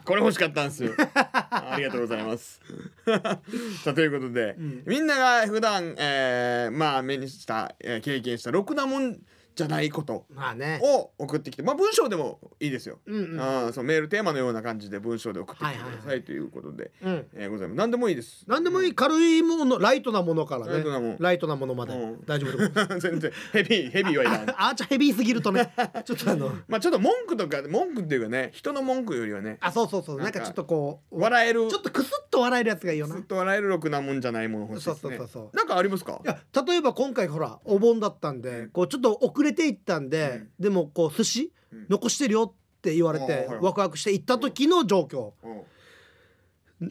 Speaker 2: これ欲しかったんですよ。ありがとうございます。 さあということで、みんなが普段、えー、まあ目にした、えー、経験したろくなもんじゃないこと。
Speaker 1: まあね。
Speaker 2: を送ってきてまあ文章でもいいですよ、
Speaker 1: うんうん
Speaker 2: あーそうメールテーマのような感じで文章で送ってきてく
Speaker 1: はい
Speaker 2: だ
Speaker 1: はい
Speaker 2: さ
Speaker 1: はい
Speaker 2: ということで、
Speaker 1: うん。
Speaker 2: えーございます何でもいいです
Speaker 1: 何でもいい軽いものライトなものからね
Speaker 2: ライトなもの
Speaker 1: ライトなものまで
Speaker 2: うん
Speaker 1: 大丈夫です
Speaker 2: 全然ヘビーヘビーはいらない
Speaker 1: あーちゃヘビーすぎるとねちょっとあの
Speaker 2: まあちょっと文句とか文句っていうかね人の文句よりはね
Speaker 1: あそうそうそうなんかちょっとこう
Speaker 2: 笑える
Speaker 1: ちょっとクスッと笑えるやつがいいよな
Speaker 2: ず
Speaker 1: い
Speaker 2: っと笑えるろくなもんじゃないもの欲しいです
Speaker 1: そうそ
Speaker 2: ね
Speaker 1: うそうそう
Speaker 2: なんかありますか
Speaker 1: や例えば今回ほらお盆だったんでこうちょっと遅れていったんで、でもこう寿司、
Speaker 2: ん
Speaker 1: 残してるよって言われ
Speaker 2: あー
Speaker 1: て
Speaker 2: はいはい
Speaker 1: ワクワクして行った時の状況
Speaker 2: うん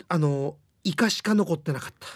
Speaker 1: あのイカしか残ってなかった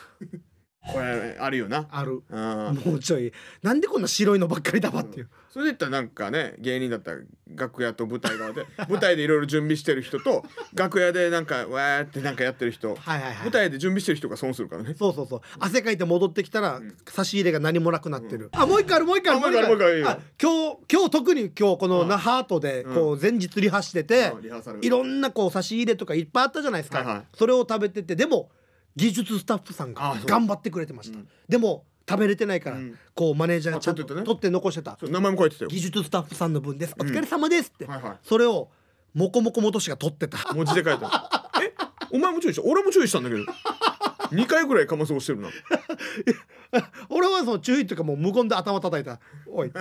Speaker 2: これあるよな
Speaker 1: ある
Speaker 2: うん
Speaker 1: もうちょいなんでこんな白いのばっかりだわっていう、
Speaker 2: それで言ったらなんかね芸人だったら楽屋と舞台側で 舞台でいろいろ準備してる人と楽屋でなんかわーってなんかやってる人
Speaker 1: はいはいはい
Speaker 2: 舞台で準備してる人が損するからね
Speaker 1: そうそうそう汗かいて戻ってきたら差し入れが何もなくなってる、あもう一回あるもう一回ある
Speaker 2: あもう一個
Speaker 1: もう
Speaker 2: ある
Speaker 1: 一個あるあ
Speaker 2: もう一個あ
Speaker 1: 今日今日特に今日この那覇ハートでこう前日リハしてて、
Speaker 2: うんリハーサル
Speaker 1: いろんなこう差し入れとかいっぱいあったじゃないですか、
Speaker 2: はいはい
Speaker 1: それを食べててでも技術スタッフさん
Speaker 2: あ
Speaker 1: が
Speaker 2: そう
Speaker 1: 頑張ってくれてました、でも食べれてないから、
Speaker 2: ん
Speaker 1: こうマネージャーがちゃん
Speaker 2: あ
Speaker 1: と
Speaker 2: 取ってたね
Speaker 1: 取って残してた
Speaker 2: そう名前も書いてたよ
Speaker 1: 技術スタッフさんの分ですお疲れ様ですって、
Speaker 2: はいはい
Speaker 1: それをモコモコ元氏が取ってた
Speaker 2: 文字で書いてあるえお前も注意した俺も注意したんだけど2回ぐらいかまそうしてるな
Speaker 1: 俺はその注意というかもう無言で頭叩いたおい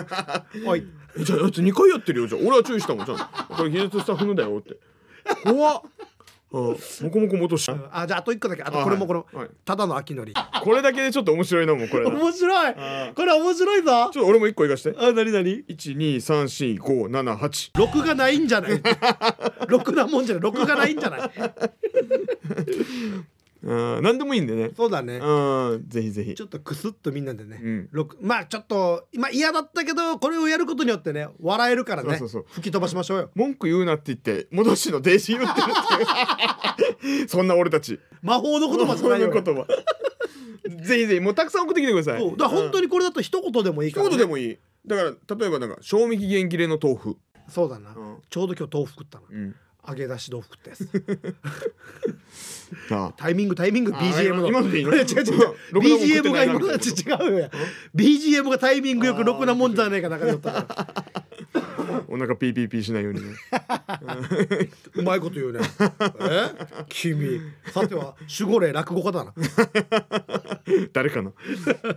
Speaker 1: おい
Speaker 2: えじゃああいつ2回やってるよじゃあ俺は注意したもんじゃあこれ技術スタッフのだよって怖っうんもこもこもとした
Speaker 1: あじゃああと一個だけあとこれもこの、
Speaker 2: はいはい
Speaker 1: ただの秋のり
Speaker 2: これだけでちょっと面白いなもんこれなちょっ
Speaker 1: 面白いこれ面白いぞ
Speaker 2: と俺も1個いかして
Speaker 1: あなになに
Speaker 2: 1234578
Speaker 1: 録がないんじゃない 録なもんじゃない録がないんじゃない
Speaker 2: うん何でもいいんでね
Speaker 1: そうだね
Speaker 2: うんぜひぜひ
Speaker 1: ちょっとクスッとみんなでね、
Speaker 2: うん
Speaker 1: 録まあちょっとまあ嫌だったけどこれをやることによってね笑えるからね
Speaker 2: そうそうそう
Speaker 1: 吹き飛ばしましょうよ
Speaker 2: 文句言うなって言って戻しの弟子言ってるっていうそんな俺たち
Speaker 1: 魔法の言葉じゃ
Speaker 2: そ
Speaker 1: な
Speaker 2: う
Speaker 1: い
Speaker 2: い
Speaker 1: よ
Speaker 2: う言葉ぜひぜひもうたくさん送ってきてください
Speaker 1: そうだから本当
Speaker 2: に
Speaker 1: にこれだと一言でもいいか
Speaker 2: 一
Speaker 1: ら、
Speaker 2: 言
Speaker 1: ね、
Speaker 2: でもいいだから例えばなんか賞味期限切れの豆腐
Speaker 1: そうだな、
Speaker 2: うん
Speaker 1: ちょうど今日豆腐食ったな、
Speaker 2: うん
Speaker 1: 揚げ出し豆腐食ったやつ
Speaker 2: あ
Speaker 1: タイミングタイミング
Speaker 2: あ
Speaker 1: BGM の
Speaker 2: 今のでいいの
Speaker 1: い や違う違う
Speaker 2: ろくなもん食って
Speaker 1: BGM
Speaker 2: な
Speaker 1: が
Speaker 2: いな
Speaker 1: 今のち違うよ BGM がタイミングよくろくなもんじゃねえかなんか言ったから
Speaker 2: お腹ピーピーピーしないよ うにね
Speaker 1: うまいこと言 うねえ君さては守護霊落語家だな
Speaker 2: 誰 かな、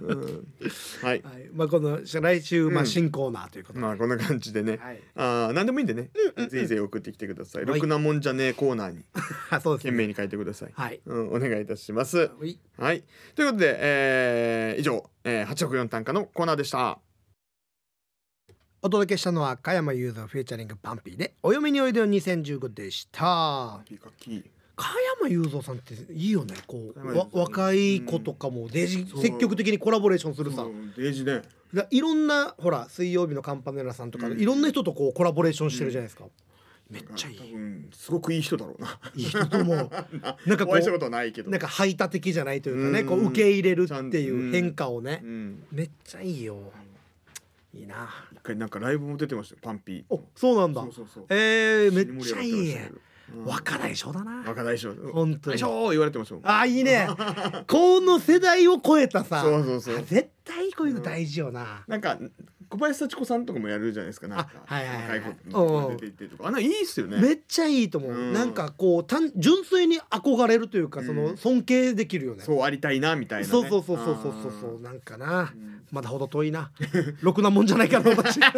Speaker 2: うんはい
Speaker 1: はい、まあ、この来週、まあ、新コーナーということで、
Speaker 2: まあこんな感じでね、
Speaker 1: はい
Speaker 2: ああ何でもいいんでね、ぜひぜひ送ってきてください、
Speaker 1: はい
Speaker 2: ろくなもんじゃねえコーナ ーに
Speaker 1: あ、そうです
Speaker 2: 懸
Speaker 1: ね。
Speaker 2: 命に書いてください、
Speaker 1: はい。
Speaker 2: うん、お願いいたします
Speaker 1: はい
Speaker 2: はいということで、えー以上、えー、8億4単価のコーナーでした
Speaker 1: お届けしたのは、加山雄三フューチャリングパンピーで、お嫁においでよ2015でした。
Speaker 2: ピカキ
Speaker 1: 加山雄三さんって、いいよね、こ
Speaker 2: 加山
Speaker 1: う、
Speaker 2: 雄
Speaker 1: わ
Speaker 2: 三、
Speaker 1: 若い子とかも、デジ、
Speaker 2: そう
Speaker 1: 積極的にコラボレーションするさ。
Speaker 2: デージね
Speaker 1: だいろんな、ほら、水曜日のカンパネラさんとか、
Speaker 2: うん
Speaker 1: いろんな人とこう、コラボレーションしてるじゃないですか。めっちゃいい。
Speaker 2: すごくいい人だろうな
Speaker 1: いい人とも、 なんか
Speaker 2: お
Speaker 1: こ
Speaker 2: 会いしたこ
Speaker 1: う、
Speaker 2: とはないけど
Speaker 1: なんか排他的じゃないというかね、
Speaker 2: うん
Speaker 1: こう受け入れるってい
Speaker 2: ちゃん
Speaker 1: う
Speaker 2: と
Speaker 1: 変化をね
Speaker 2: う。ん、
Speaker 1: めっちゃいいよ。いいな。
Speaker 2: 一回なんかライブも出てましたよパンピー
Speaker 1: お、そうなんだ。
Speaker 2: そうそうそう
Speaker 1: えー、めっちゃい
Speaker 2: 死に盛り
Speaker 1: い
Speaker 2: 上がってました。けどうん
Speaker 1: 若大将だな。
Speaker 2: 若大将
Speaker 1: 本当に
Speaker 2: 大将言われてましたもん
Speaker 1: あー、いいね。この世代を超えたさ。
Speaker 2: そうそうそう
Speaker 1: あ絶対こういうの大事よな。
Speaker 2: なんか小林幸子さんとかもやるじゃないですか。なんか
Speaker 1: あはいはいはい
Speaker 2: 若子とか出て行ってとか、あんなんいいっすよね。
Speaker 1: めっちゃいいと思う。
Speaker 2: うん
Speaker 1: なんかこう単純粋に憧れるというか、そうの
Speaker 2: ん
Speaker 1: 尊敬できるよね。
Speaker 2: そうありたいなみたいな、ね。。
Speaker 1: そうそうそうそうそうそうそううんなんかな、まだほど遠いなろくなもんじゃないから 私
Speaker 2: 楽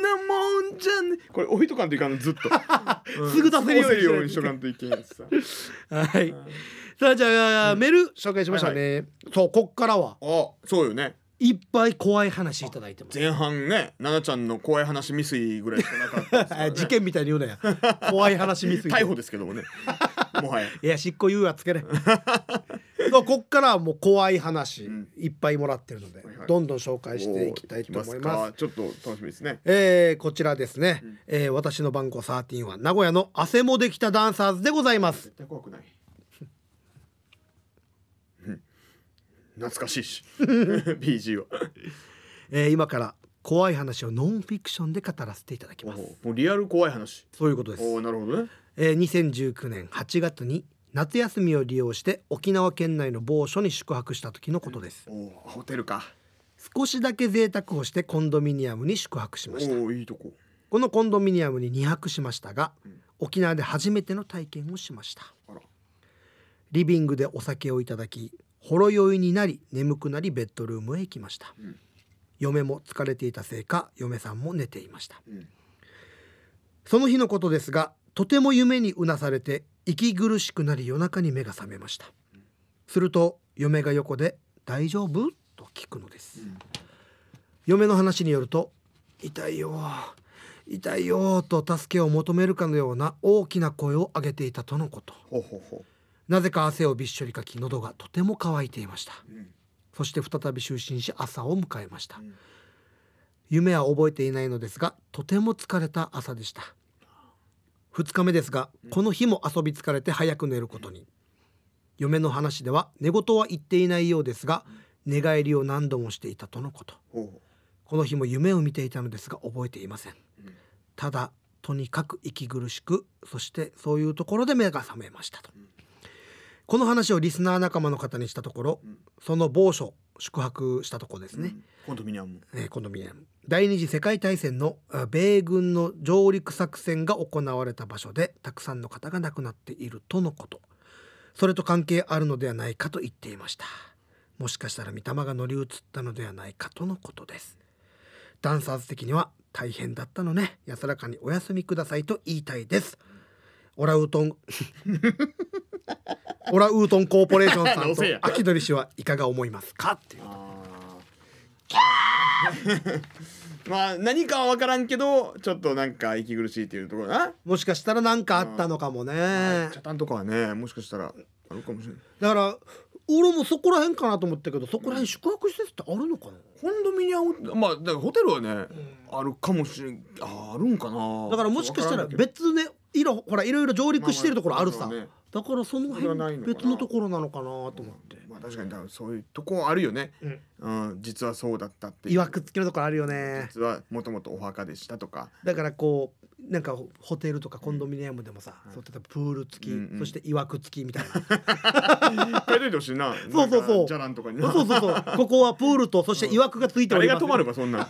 Speaker 2: なもんじゃね。これ置いとかんといかんのずっと。
Speaker 1: すぐ出せるようにしないと
Speaker 2: すぐ出せるようにしとかんといけんしさ。
Speaker 1: はいさあじゃあ、メール紹介しましたね、そうこっからは
Speaker 2: あ、そうよね。
Speaker 1: いっぱい怖い話いただいてます
Speaker 2: 前半ね、奈々ちゃんの怖い話未遂ぐらいしかなかったですから
Speaker 1: あ
Speaker 2: ね
Speaker 1: 事件みたいに言うなや怖い話見すぎて
Speaker 2: 逮捕ですけどもね。もはや。
Speaker 1: いや執行猶予はつ けねそうこっからはもう怖い話、
Speaker 2: ん
Speaker 1: いっぱいもらってるので、
Speaker 2: はいはい
Speaker 1: どんどん紹介していきたいと思います
Speaker 2: おーきかちょっと楽しみですね。
Speaker 1: えーこちらですね、えー私の番号13は名古屋の汗もできたダンサーズでございます
Speaker 2: 絶対怖くない。うん懐かしいし BG は
Speaker 1: えー今から怖い話をノンフィクションで語らせていただき
Speaker 2: お
Speaker 1: ます
Speaker 2: ー もうリアル怖い話
Speaker 1: そういうことです
Speaker 2: おおなるほどね
Speaker 1: えー2019年8月に夏休みを利用して沖縄県内の某所に宿泊した時のことです
Speaker 2: おおホテルか
Speaker 1: 少しだけ贅沢をしてコンドミニアムに宿泊しました
Speaker 2: おおいいとこ
Speaker 1: このコンドミニアムに2泊しましたが沖縄で初めての体験をしました
Speaker 2: あら
Speaker 1: リビングでお酒をいただきほろ酔いになり眠くなりベッドルームへ行きました、
Speaker 2: ん
Speaker 1: 嫁も疲れていたせいか嫁さんも寝ていました、
Speaker 2: うん
Speaker 1: その日のことですがとても夢にうなされて息苦しくなり夜中に目が覚めましたすると嫁が横で「大丈夫?」と聞くのです、
Speaker 2: ん
Speaker 1: 嫁の話によると「痛いよ痛いよ」と助けを求めるかのような大きな声を上げていたとのこと
Speaker 2: ほうほうほ
Speaker 1: なぜか汗をびっしょりかき喉がとても乾いていました
Speaker 2: う、うん
Speaker 1: そして再び就寝し朝を迎えました、
Speaker 2: ん
Speaker 1: 夢は覚えていないのですがとても疲れた朝でした2日目ですが、この日も遊び疲れて早く寝ることに、嫁の話では寝言は言っていないようですが、寝返りを何度もしていたとのこと
Speaker 2: ほうほ
Speaker 1: この日も夢を見ていたのですが覚えていません、
Speaker 2: うん
Speaker 1: ただとにかく息苦しくそしてそういうところで目が覚めましたと、
Speaker 2: ん
Speaker 1: この話をリスナー仲間の方にしたところ、
Speaker 2: うん
Speaker 1: その某所宿泊したところです
Speaker 2: う、
Speaker 1: ね、
Speaker 2: 今度ミニアム
Speaker 1: えーコンドミニアム第二次世界大戦のあ米軍の上陸作戦が行われた場所でたくさんの方が亡くなっているとのことそれと関係あるのではないかと言っていましたもしかしたら御霊が乗り移ったのではないかとのことですダンサーズ的には大変だったのね安らかにお休みくださいと言いたいですオラウートン オラウートンコーポレーションさん
Speaker 2: どう
Speaker 1: と
Speaker 2: せや
Speaker 1: 秋鳥氏はいかが思いますかっていう
Speaker 2: ああまあ何かは分からんけどちょっとなんか息苦しいっていうところな
Speaker 1: もしかしたら何かあったのかもね、
Speaker 2: チャタンとかはねもしかしたらあるかもしれない
Speaker 1: だから俺もそこら辺かなと思ったけどそこら辺宿泊施設ってあるのかな、
Speaker 2: コンドミニアムまあだからホテルはね、あるかもしれんああるんかな
Speaker 1: だからもしかしたら
Speaker 2: 別
Speaker 1: 別ね色ほらいろいろ上陸してるところあるさ、
Speaker 2: まあまあそうね
Speaker 1: だからその
Speaker 2: それはない
Speaker 1: 辺
Speaker 2: のかな
Speaker 1: 別のところなのかなと思って、
Speaker 2: まあ確かにだからそういうとこあるよね、
Speaker 1: うん
Speaker 2: うん、実はそうだったっていう
Speaker 1: いわくつきのところあるよね
Speaker 2: 実はもともとお墓でしたとか
Speaker 1: だからこうなんかホテルとかコンドミニアムでもさ、そう例えばプール付き、
Speaker 2: うんうん
Speaker 1: そしていわく付きみたいな
Speaker 2: 書いといてほしいな
Speaker 1: そうそうそう
Speaker 2: じゃらんとかに
Speaker 1: そうそうそう。 ここはプールとそしていわくがついてお
Speaker 2: 誰
Speaker 1: り
Speaker 2: が
Speaker 1: ます。
Speaker 2: 泊まるかそんなん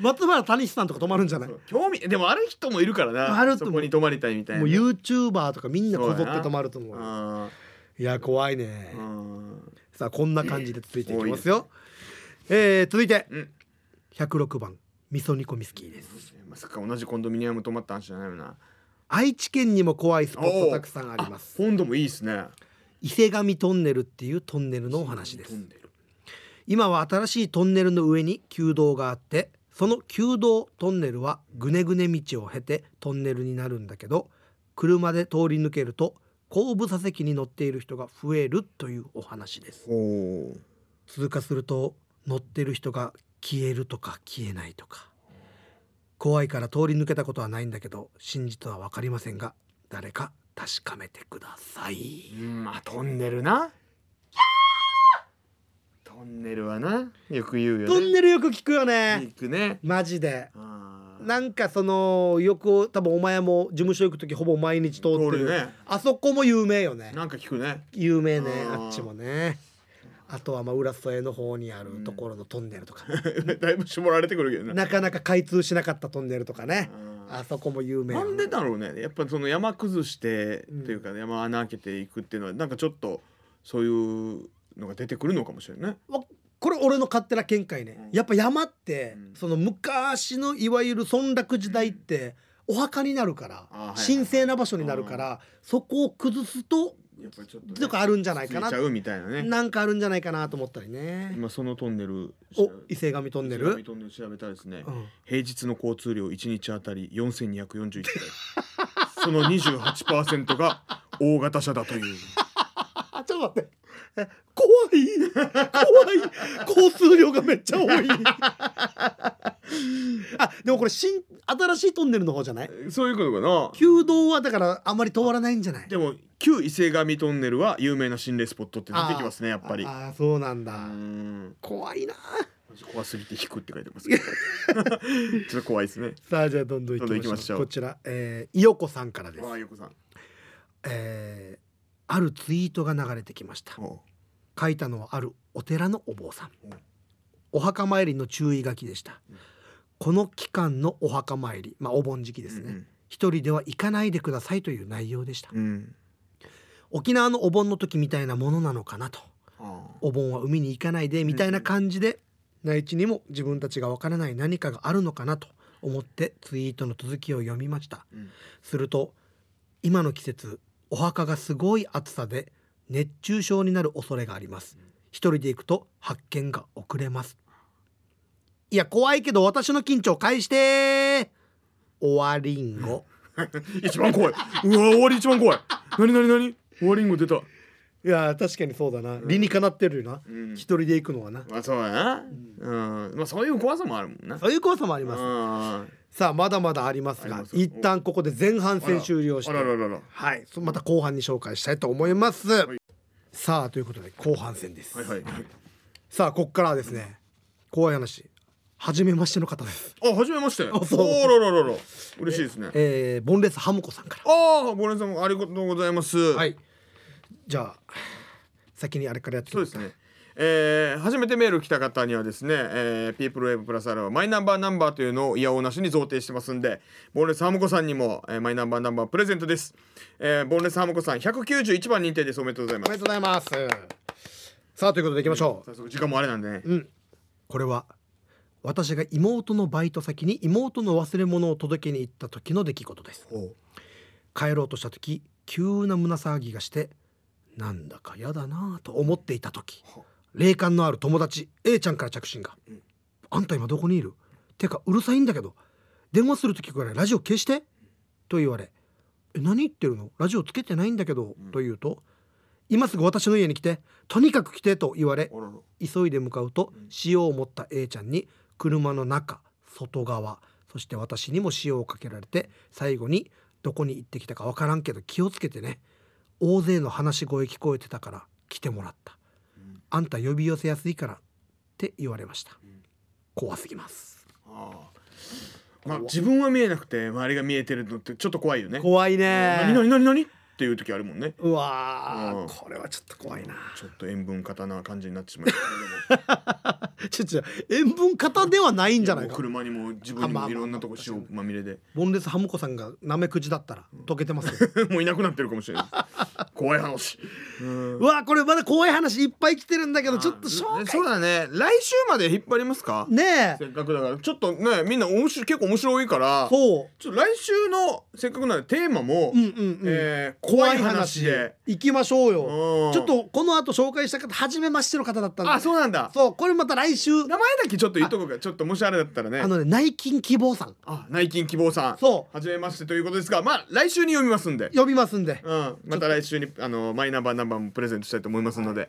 Speaker 1: 松原谷志さんとか泊まるんじゃない。も
Speaker 2: 興味でもある人もいるからな
Speaker 1: あると
Speaker 2: そ
Speaker 1: 思う
Speaker 2: こに泊まりたいみたいな
Speaker 1: うユーチューバーとかみんなこぞって
Speaker 2: そうやな
Speaker 1: 泊まると思う。
Speaker 2: あ
Speaker 1: いや怖いね
Speaker 2: ー。うん
Speaker 1: さあこんな感じで続いていきますよ。えー、続いて
Speaker 2: うん
Speaker 1: 106番味噌煮込みスキーです。
Speaker 2: まさか同じコンドミニアム泊まった話じゃないよな
Speaker 1: 愛知県にも怖いスポットたくさんあります。
Speaker 2: 今度もいいっすね
Speaker 1: 伊勢神トンネルっていうトンネルのお話です
Speaker 2: 飛。んでる
Speaker 1: 今は新しいトンネルの上に旧道があってその旧道トンネルはぐねぐね道を経てトンネルになるんだけど車で通り抜けると後部座席に乗っている人が増えるというお話です
Speaker 2: ほう
Speaker 1: 通過すると乗ってる人が消えるとか消えないとか怖いから通り抜けたことはないんだけど真実は分かりませんが誰か確かめてください
Speaker 2: うんまあトンネルなトンネルはなよく言うよね
Speaker 1: トンネルよく聞くよね
Speaker 2: 行くね
Speaker 1: マジで
Speaker 2: あー
Speaker 1: なんかそのよく多分お前も事務所行く時ほぼ毎日通って
Speaker 2: 通
Speaker 1: る
Speaker 2: るね
Speaker 1: あそこも有名よね
Speaker 2: なんか聞くね
Speaker 1: 有名ね
Speaker 2: あー
Speaker 1: あっちもねあとはまあ浦添の方にあるところのトンネル とか、
Speaker 2: だいぶ絞られてくるけどね
Speaker 1: なかなか開通しなかったトンネルとかね
Speaker 2: あ
Speaker 1: あそこも有
Speaker 2: ー
Speaker 1: 名よ
Speaker 2: な
Speaker 1: ね
Speaker 2: んでだろうねやっぱその山崩して
Speaker 1: うん
Speaker 2: というか、山穴開けていくっていうのはなんかちょっとそういうのが出てくるのかもしれないね
Speaker 1: わこれ俺の勝手な見解ね、
Speaker 2: うん
Speaker 1: やっぱ山って、
Speaker 2: うん
Speaker 1: その昔のいわゆる村落時代ってお墓になるから、
Speaker 2: あーはいはい
Speaker 1: 神聖な場所になるから、そこを崩すと
Speaker 2: やっぱりちょっ
Speaker 1: とかあるんじゃないかな
Speaker 2: ついちゃうみたいなね
Speaker 1: なんかあるんじゃないかなと思ったりね。
Speaker 2: 今そのトンネル
Speaker 1: お伊勢神ト
Speaker 2: ト
Speaker 1: ンネル、
Speaker 2: トンネル調べたらですね、
Speaker 1: うん、
Speaker 2: 平日の交通量1日あたり4241台その28%が大型車だという
Speaker 1: あちょっと待ってえ怖い怖い交通量がめっちゃ多 いあでもこれ新新しいトンネルの方じゃない
Speaker 2: そういうことか
Speaker 1: 旧道はだからあんまり通らないんじゃない
Speaker 2: なでも旧伊勢神トンネルは有名な心霊スポットって出てきますねやっぱりう
Speaker 1: ああそうなんだ、
Speaker 2: ーん
Speaker 1: 怖いな
Speaker 2: 怖すぎて引くって書いてますけど ちょっと怖いですね
Speaker 1: さあじゃあどんどん行
Speaker 2: どんどん
Speaker 1: きま
Speaker 2: 行
Speaker 1: し
Speaker 2: き
Speaker 1: ょう
Speaker 2: ましょう
Speaker 1: こちら、えー、いよこさんからです
Speaker 2: わ、あよこさん
Speaker 1: えーあるツイートが流れてきました
Speaker 2: お
Speaker 1: 書いたのはあるお寺のお坊さん
Speaker 2: うん
Speaker 1: お墓参りの注意書きでした
Speaker 2: うん
Speaker 1: この期間のお墓参りまあお盆時期ですね一人では行かないでくださいという内容でした
Speaker 2: うん、うん、
Speaker 1: 沖縄のお盆の時みたいなものなのかなと
Speaker 2: あ
Speaker 1: お盆は海に行かないでみたいな感じで内地にも自分たちがわからない何かがあるのかなと思ってツイートの続きを読みました
Speaker 2: ー、うん、
Speaker 1: すると今の季節お墓がすごい暑さで熱中症になる恐れがあります一人で行くと発見が遅れますいや怖いけど私の緊張返して終わりんご
Speaker 2: 一番怖いうわ終わり一番怖い何何何終わりんご出た
Speaker 1: いや確かにそうだな理にかなってるよな
Speaker 2: うん
Speaker 1: 一人で行くのはな
Speaker 2: まあそうやなうん、まあそういう怖さもあるもんな
Speaker 1: そういう怖さもあり
Speaker 2: う
Speaker 1: ます
Speaker 2: ん
Speaker 1: さあまだまだあります
Speaker 2: あ
Speaker 1: が
Speaker 2: ります
Speaker 1: 一旦ここで前半戦終了して
Speaker 2: あらららら。
Speaker 1: はいそまた後半に紹介したいと思います、
Speaker 2: い
Speaker 1: さあということで後半戦です、
Speaker 2: はいはい。
Speaker 1: さあここからはですね怖い話初めましての方です
Speaker 2: あ、初めまして。
Speaker 1: あそう
Speaker 2: おらららら。嬉しいですね。
Speaker 1: えー、ボンレスハムコさんから
Speaker 2: ああ、ボレンさん、ありがとうございます。
Speaker 1: はいじゃあ先にあれからやって
Speaker 2: そうですね。えー初めてメール来た方にはですね、えー、ピープルウェブプラスアルファマイナンバーナンバーというのをいやおうなしに贈呈してますんでボンレスハムコさんにも、えーマイナンバーナンバープレゼントです、えー、ボンレスハムコさん191番認定ですおめでとうございま
Speaker 1: おめ
Speaker 2: す
Speaker 1: でとうございますさあということでいきましょう
Speaker 2: 早速時間もあれなんでね
Speaker 1: うん、これは私が妹のバイト先に妹の忘れ物を届けに行った時の出来事です
Speaker 2: ほ
Speaker 1: 帰ろうとした時急な胸騒ぎがしてなんだか嫌だなぁと思っていた時
Speaker 2: は
Speaker 1: 霊感のある友達 A ちゃんから着信が
Speaker 2: うん
Speaker 1: 「あんた今どこにいるてかうるさいんだけど電話する時くらいラジオ消して」と言われ「え何言ってるのラジオつけてないんだけど」
Speaker 2: うん
Speaker 1: と言うと「今すぐ私の家に来てとにかく来て」と言われ
Speaker 2: うあらら
Speaker 1: 急いで向かうと
Speaker 2: うん
Speaker 1: 塩を持った A ちゃんに車の中外側そして私にも塩をかけられて最後に「どこに行ってきたかわからんけど気をつけてね」大勢の話し声聞こえてたから来てもらった
Speaker 2: うん
Speaker 1: あんた呼び寄せやすいからって言われました
Speaker 2: うん
Speaker 1: 怖すぎます
Speaker 2: ああまあ、
Speaker 1: 怖
Speaker 2: 自分は見えなくて周りが見えてるのってちょっと怖いよね。
Speaker 1: 怖いね
Speaker 2: 何何何何っていう時あるもんね。
Speaker 1: うわー、
Speaker 2: うん
Speaker 1: これはちょっと怖いな
Speaker 2: ちょっと塩分過多な感じになってしまう。
Speaker 1: ちょちょ 塩分型ではないんじゃない
Speaker 2: もう
Speaker 1: か
Speaker 2: 車にも自分に
Speaker 1: あまあま
Speaker 2: も
Speaker 1: あ
Speaker 2: いろんなとこ塩まみれで
Speaker 1: ボンレスハムコさんがなめくじだったら溶けてますよ、
Speaker 2: もういなくなってるかもしれない。 怖い話。うん
Speaker 1: うわこれまだ怖い話いっぱい来てるんだけどちょっと紹
Speaker 2: そ
Speaker 1: 介
Speaker 2: うだね。来週まで引っ張りますか。
Speaker 1: ねえ
Speaker 2: せっかくだからちょっとねみんな面白い結構面白いから。
Speaker 1: そ
Speaker 2: ちょっと来週のせっかくなんでテーマも、
Speaker 1: ううんうんうん、
Speaker 2: えー怖い話で。
Speaker 1: 行きましょうよ
Speaker 2: うん
Speaker 1: ちょっとこの後紹介した方初めましての方だったんで
Speaker 2: あそうなんだ。
Speaker 1: そうこれまた来週
Speaker 2: 名前だけちょっと言っとこうか。ちょっともしあれだったらね
Speaker 1: あ。のね内勤希望さん
Speaker 2: あ内勤希望さん。
Speaker 1: そう
Speaker 2: 初めましてということですが、まあ来週に読みますんで。
Speaker 1: 呼びますんで
Speaker 2: うん。また来週にあのマイナンバーナンバーもプレゼントしたいと思いますので、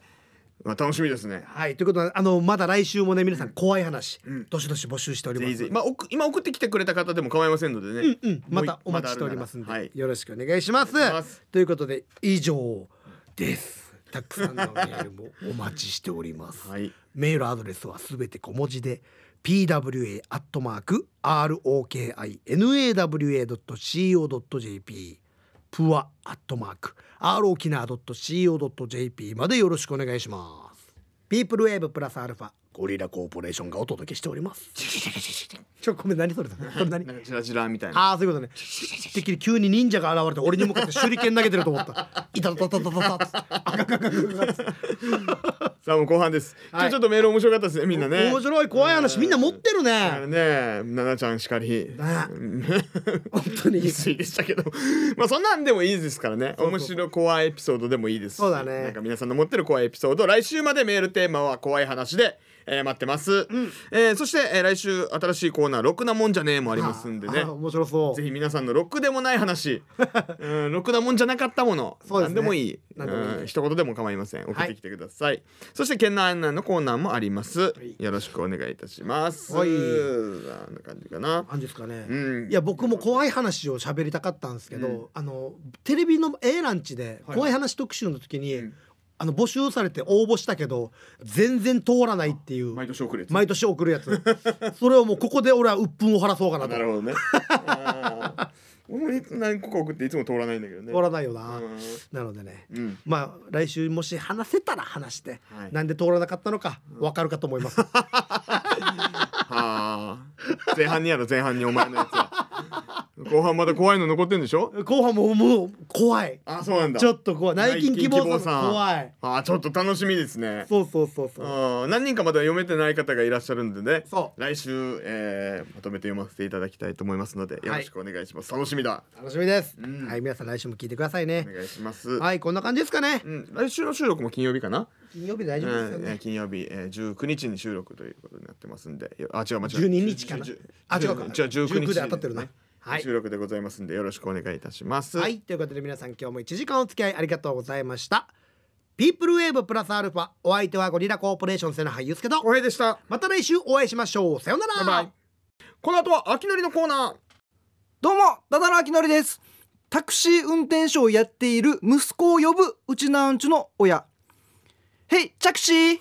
Speaker 2: まあ楽しみですね。
Speaker 1: はいということであのまだ来週もね皆さん怖い話、
Speaker 2: うん
Speaker 1: どしどし募集しており
Speaker 2: ぜ
Speaker 1: ます
Speaker 2: ひぜひ。まあ送今送ってきてくれた方でも構いませんのでね。
Speaker 1: うん、またお待ちしておりますんで、よろしくお願いします
Speaker 2: お願いします
Speaker 1: ということで以上ですたくさんのメールもお待ちしております、
Speaker 2: はい。
Speaker 1: メールアドレスはすべて小文字で pwa.rokinawa.co.jp プワアットマーク rokina.co.jp までよろしくお願いしますピープルウェーブプラスアルファゴリラコーポレーションがお届けしておりますちょごめん何それそれそれ何
Speaker 2: なんかチラチラみたいな。
Speaker 1: ああそういうことね。てっきり急に忍者が現れて俺に向かって手裏剣投げてると思った。 いたたたたたた。あかかかかか。
Speaker 2: さあもう後半です。
Speaker 1: はい
Speaker 2: 今日ちょっとメール面白かったですねみんなね。
Speaker 1: 面白い怖い話みんな持ってる
Speaker 2: だから
Speaker 1: ね。
Speaker 2: ね、ななちゃんしかり。
Speaker 1: あ
Speaker 2: うん
Speaker 1: 本当に
Speaker 2: 言い過ぎでしたけどまあそんなんでもいいですからね面白怖いエピソードでもいいですし
Speaker 1: そうだね
Speaker 2: なんか皆さんの持ってる怖いエピソード来週までメールテーマは怖い話で、えー待ってます、えーそして、えー来週新しいコーナー「ろくなもんじゃねえ」もありますんでね
Speaker 1: あー面白そう
Speaker 2: ぜ。ひ皆さんのろくでもな い話うんろくなもんじゃなかったもの
Speaker 1: そうですね
Speaker 2: 何でもいい
Speaker 1: 何でもいい
Speaker 2: うん一言でも構いません送ってきてください、そして県内案内のコーナーもありますよろしくお願いいたします
Speaker 1: はい
Speaker 2: あんな感じかな
Speaker 1: 何ですかね。
Speaker 2: うん
Speaker 1: いや僕も怖い話を喋りたかったんですけど、あのテレビの A ランチで
Speaker 2: はい
Speaker 1: 怖い話特集の時に、
Speaker 2: ん
Speaker 1: あの募集されて応募したけど全然通らないっていう
Speaker 2: 毎年遅れて
Speaker 1: 毎年送るや つそれをもうここで俺は鬱憤を晴らそうかなと
Speaker 2: なるほどね。あー俺もいつ何個か送っていつも通らないんだけどね。
Speaker 1: 通らないよな、
Speaker 2: うん
Speaker 1: なのでね
Speaker 2: うん。
Speaker 1: まあ来週もし話せたら話して、
Speaker 2: はい
Speaker 1: なんで通らなかったのかわかるかと思います。
Speaker 2: はあ。前半にやろ前半にお前のやつ は。後半まだ怖いの残ってんでしょ。
Speaker 1: 後半ももう怖い。
Speaker 2: あそうなんだ。
Speaker 1: ちょっと怖い。内勤希望
Speaker 2: 内勤希望
Speaker 1: さ
Speaker 2: さ
Speaker 1: ん
Speaker 2: ん
Speaker 1: も怖い。
Speaker 2: あーちょっと楽しみですね。
Speaker 1: そうそうそうそう。
Speaker 2: うん何人かまだ読めてない方がいらっしゃるんでね
Speaker 1: そう
Speaker 2: 来週、えーまとめて読ませていただきたいと思いますのでよろしくお願いします、楽しみだ
Speaker 1: 楽しみです、
Speaker 2: うん
Speaker 1: はい、皆さん来週も聞いてください
Speaker 2: お
Speaker 1: ね。
Speaker 2: 願いします、
Speaker 1: はい、こんな感じですかね
Speaker 2: う。ん、来週の収録も金曜日かな
Speaker 1: 金曜日大丈夫ですよ
Speaker 2: うんえー
Speaker 1: ね。
Speaker 2: 金曜日、えー、19日に収録ということになってますんでよあ違う間違えた
Speaker 1: 12日かな
Speaker 2: 10
Speaker 1: あ違うか
Speaker 2: じゃあ19
Speaker 1: 19
Speaker 2: 日
Speaker 1: で当たってるなはい
Speaker 2: 収録でございますんでよろしくお願いいたします
Speaker 1: はい、ということで皆さん今日も1時間お付き合いありがとうございました。ピープルウェーブプラスアルファお相手はゴリラコーポレーション瀬の俳優ですけど
Speaker 2: 小平でした
Speaker 1: また来週お会いしましょう。さようなら。
Speaker 2: バイバイこの後は秋のりのコーナー
Speaker 3: どうも、ダダラあきのりです。タクシー運転手をやっている息子を呼ぶうちなんちゅの親。ヘイ、チャクシー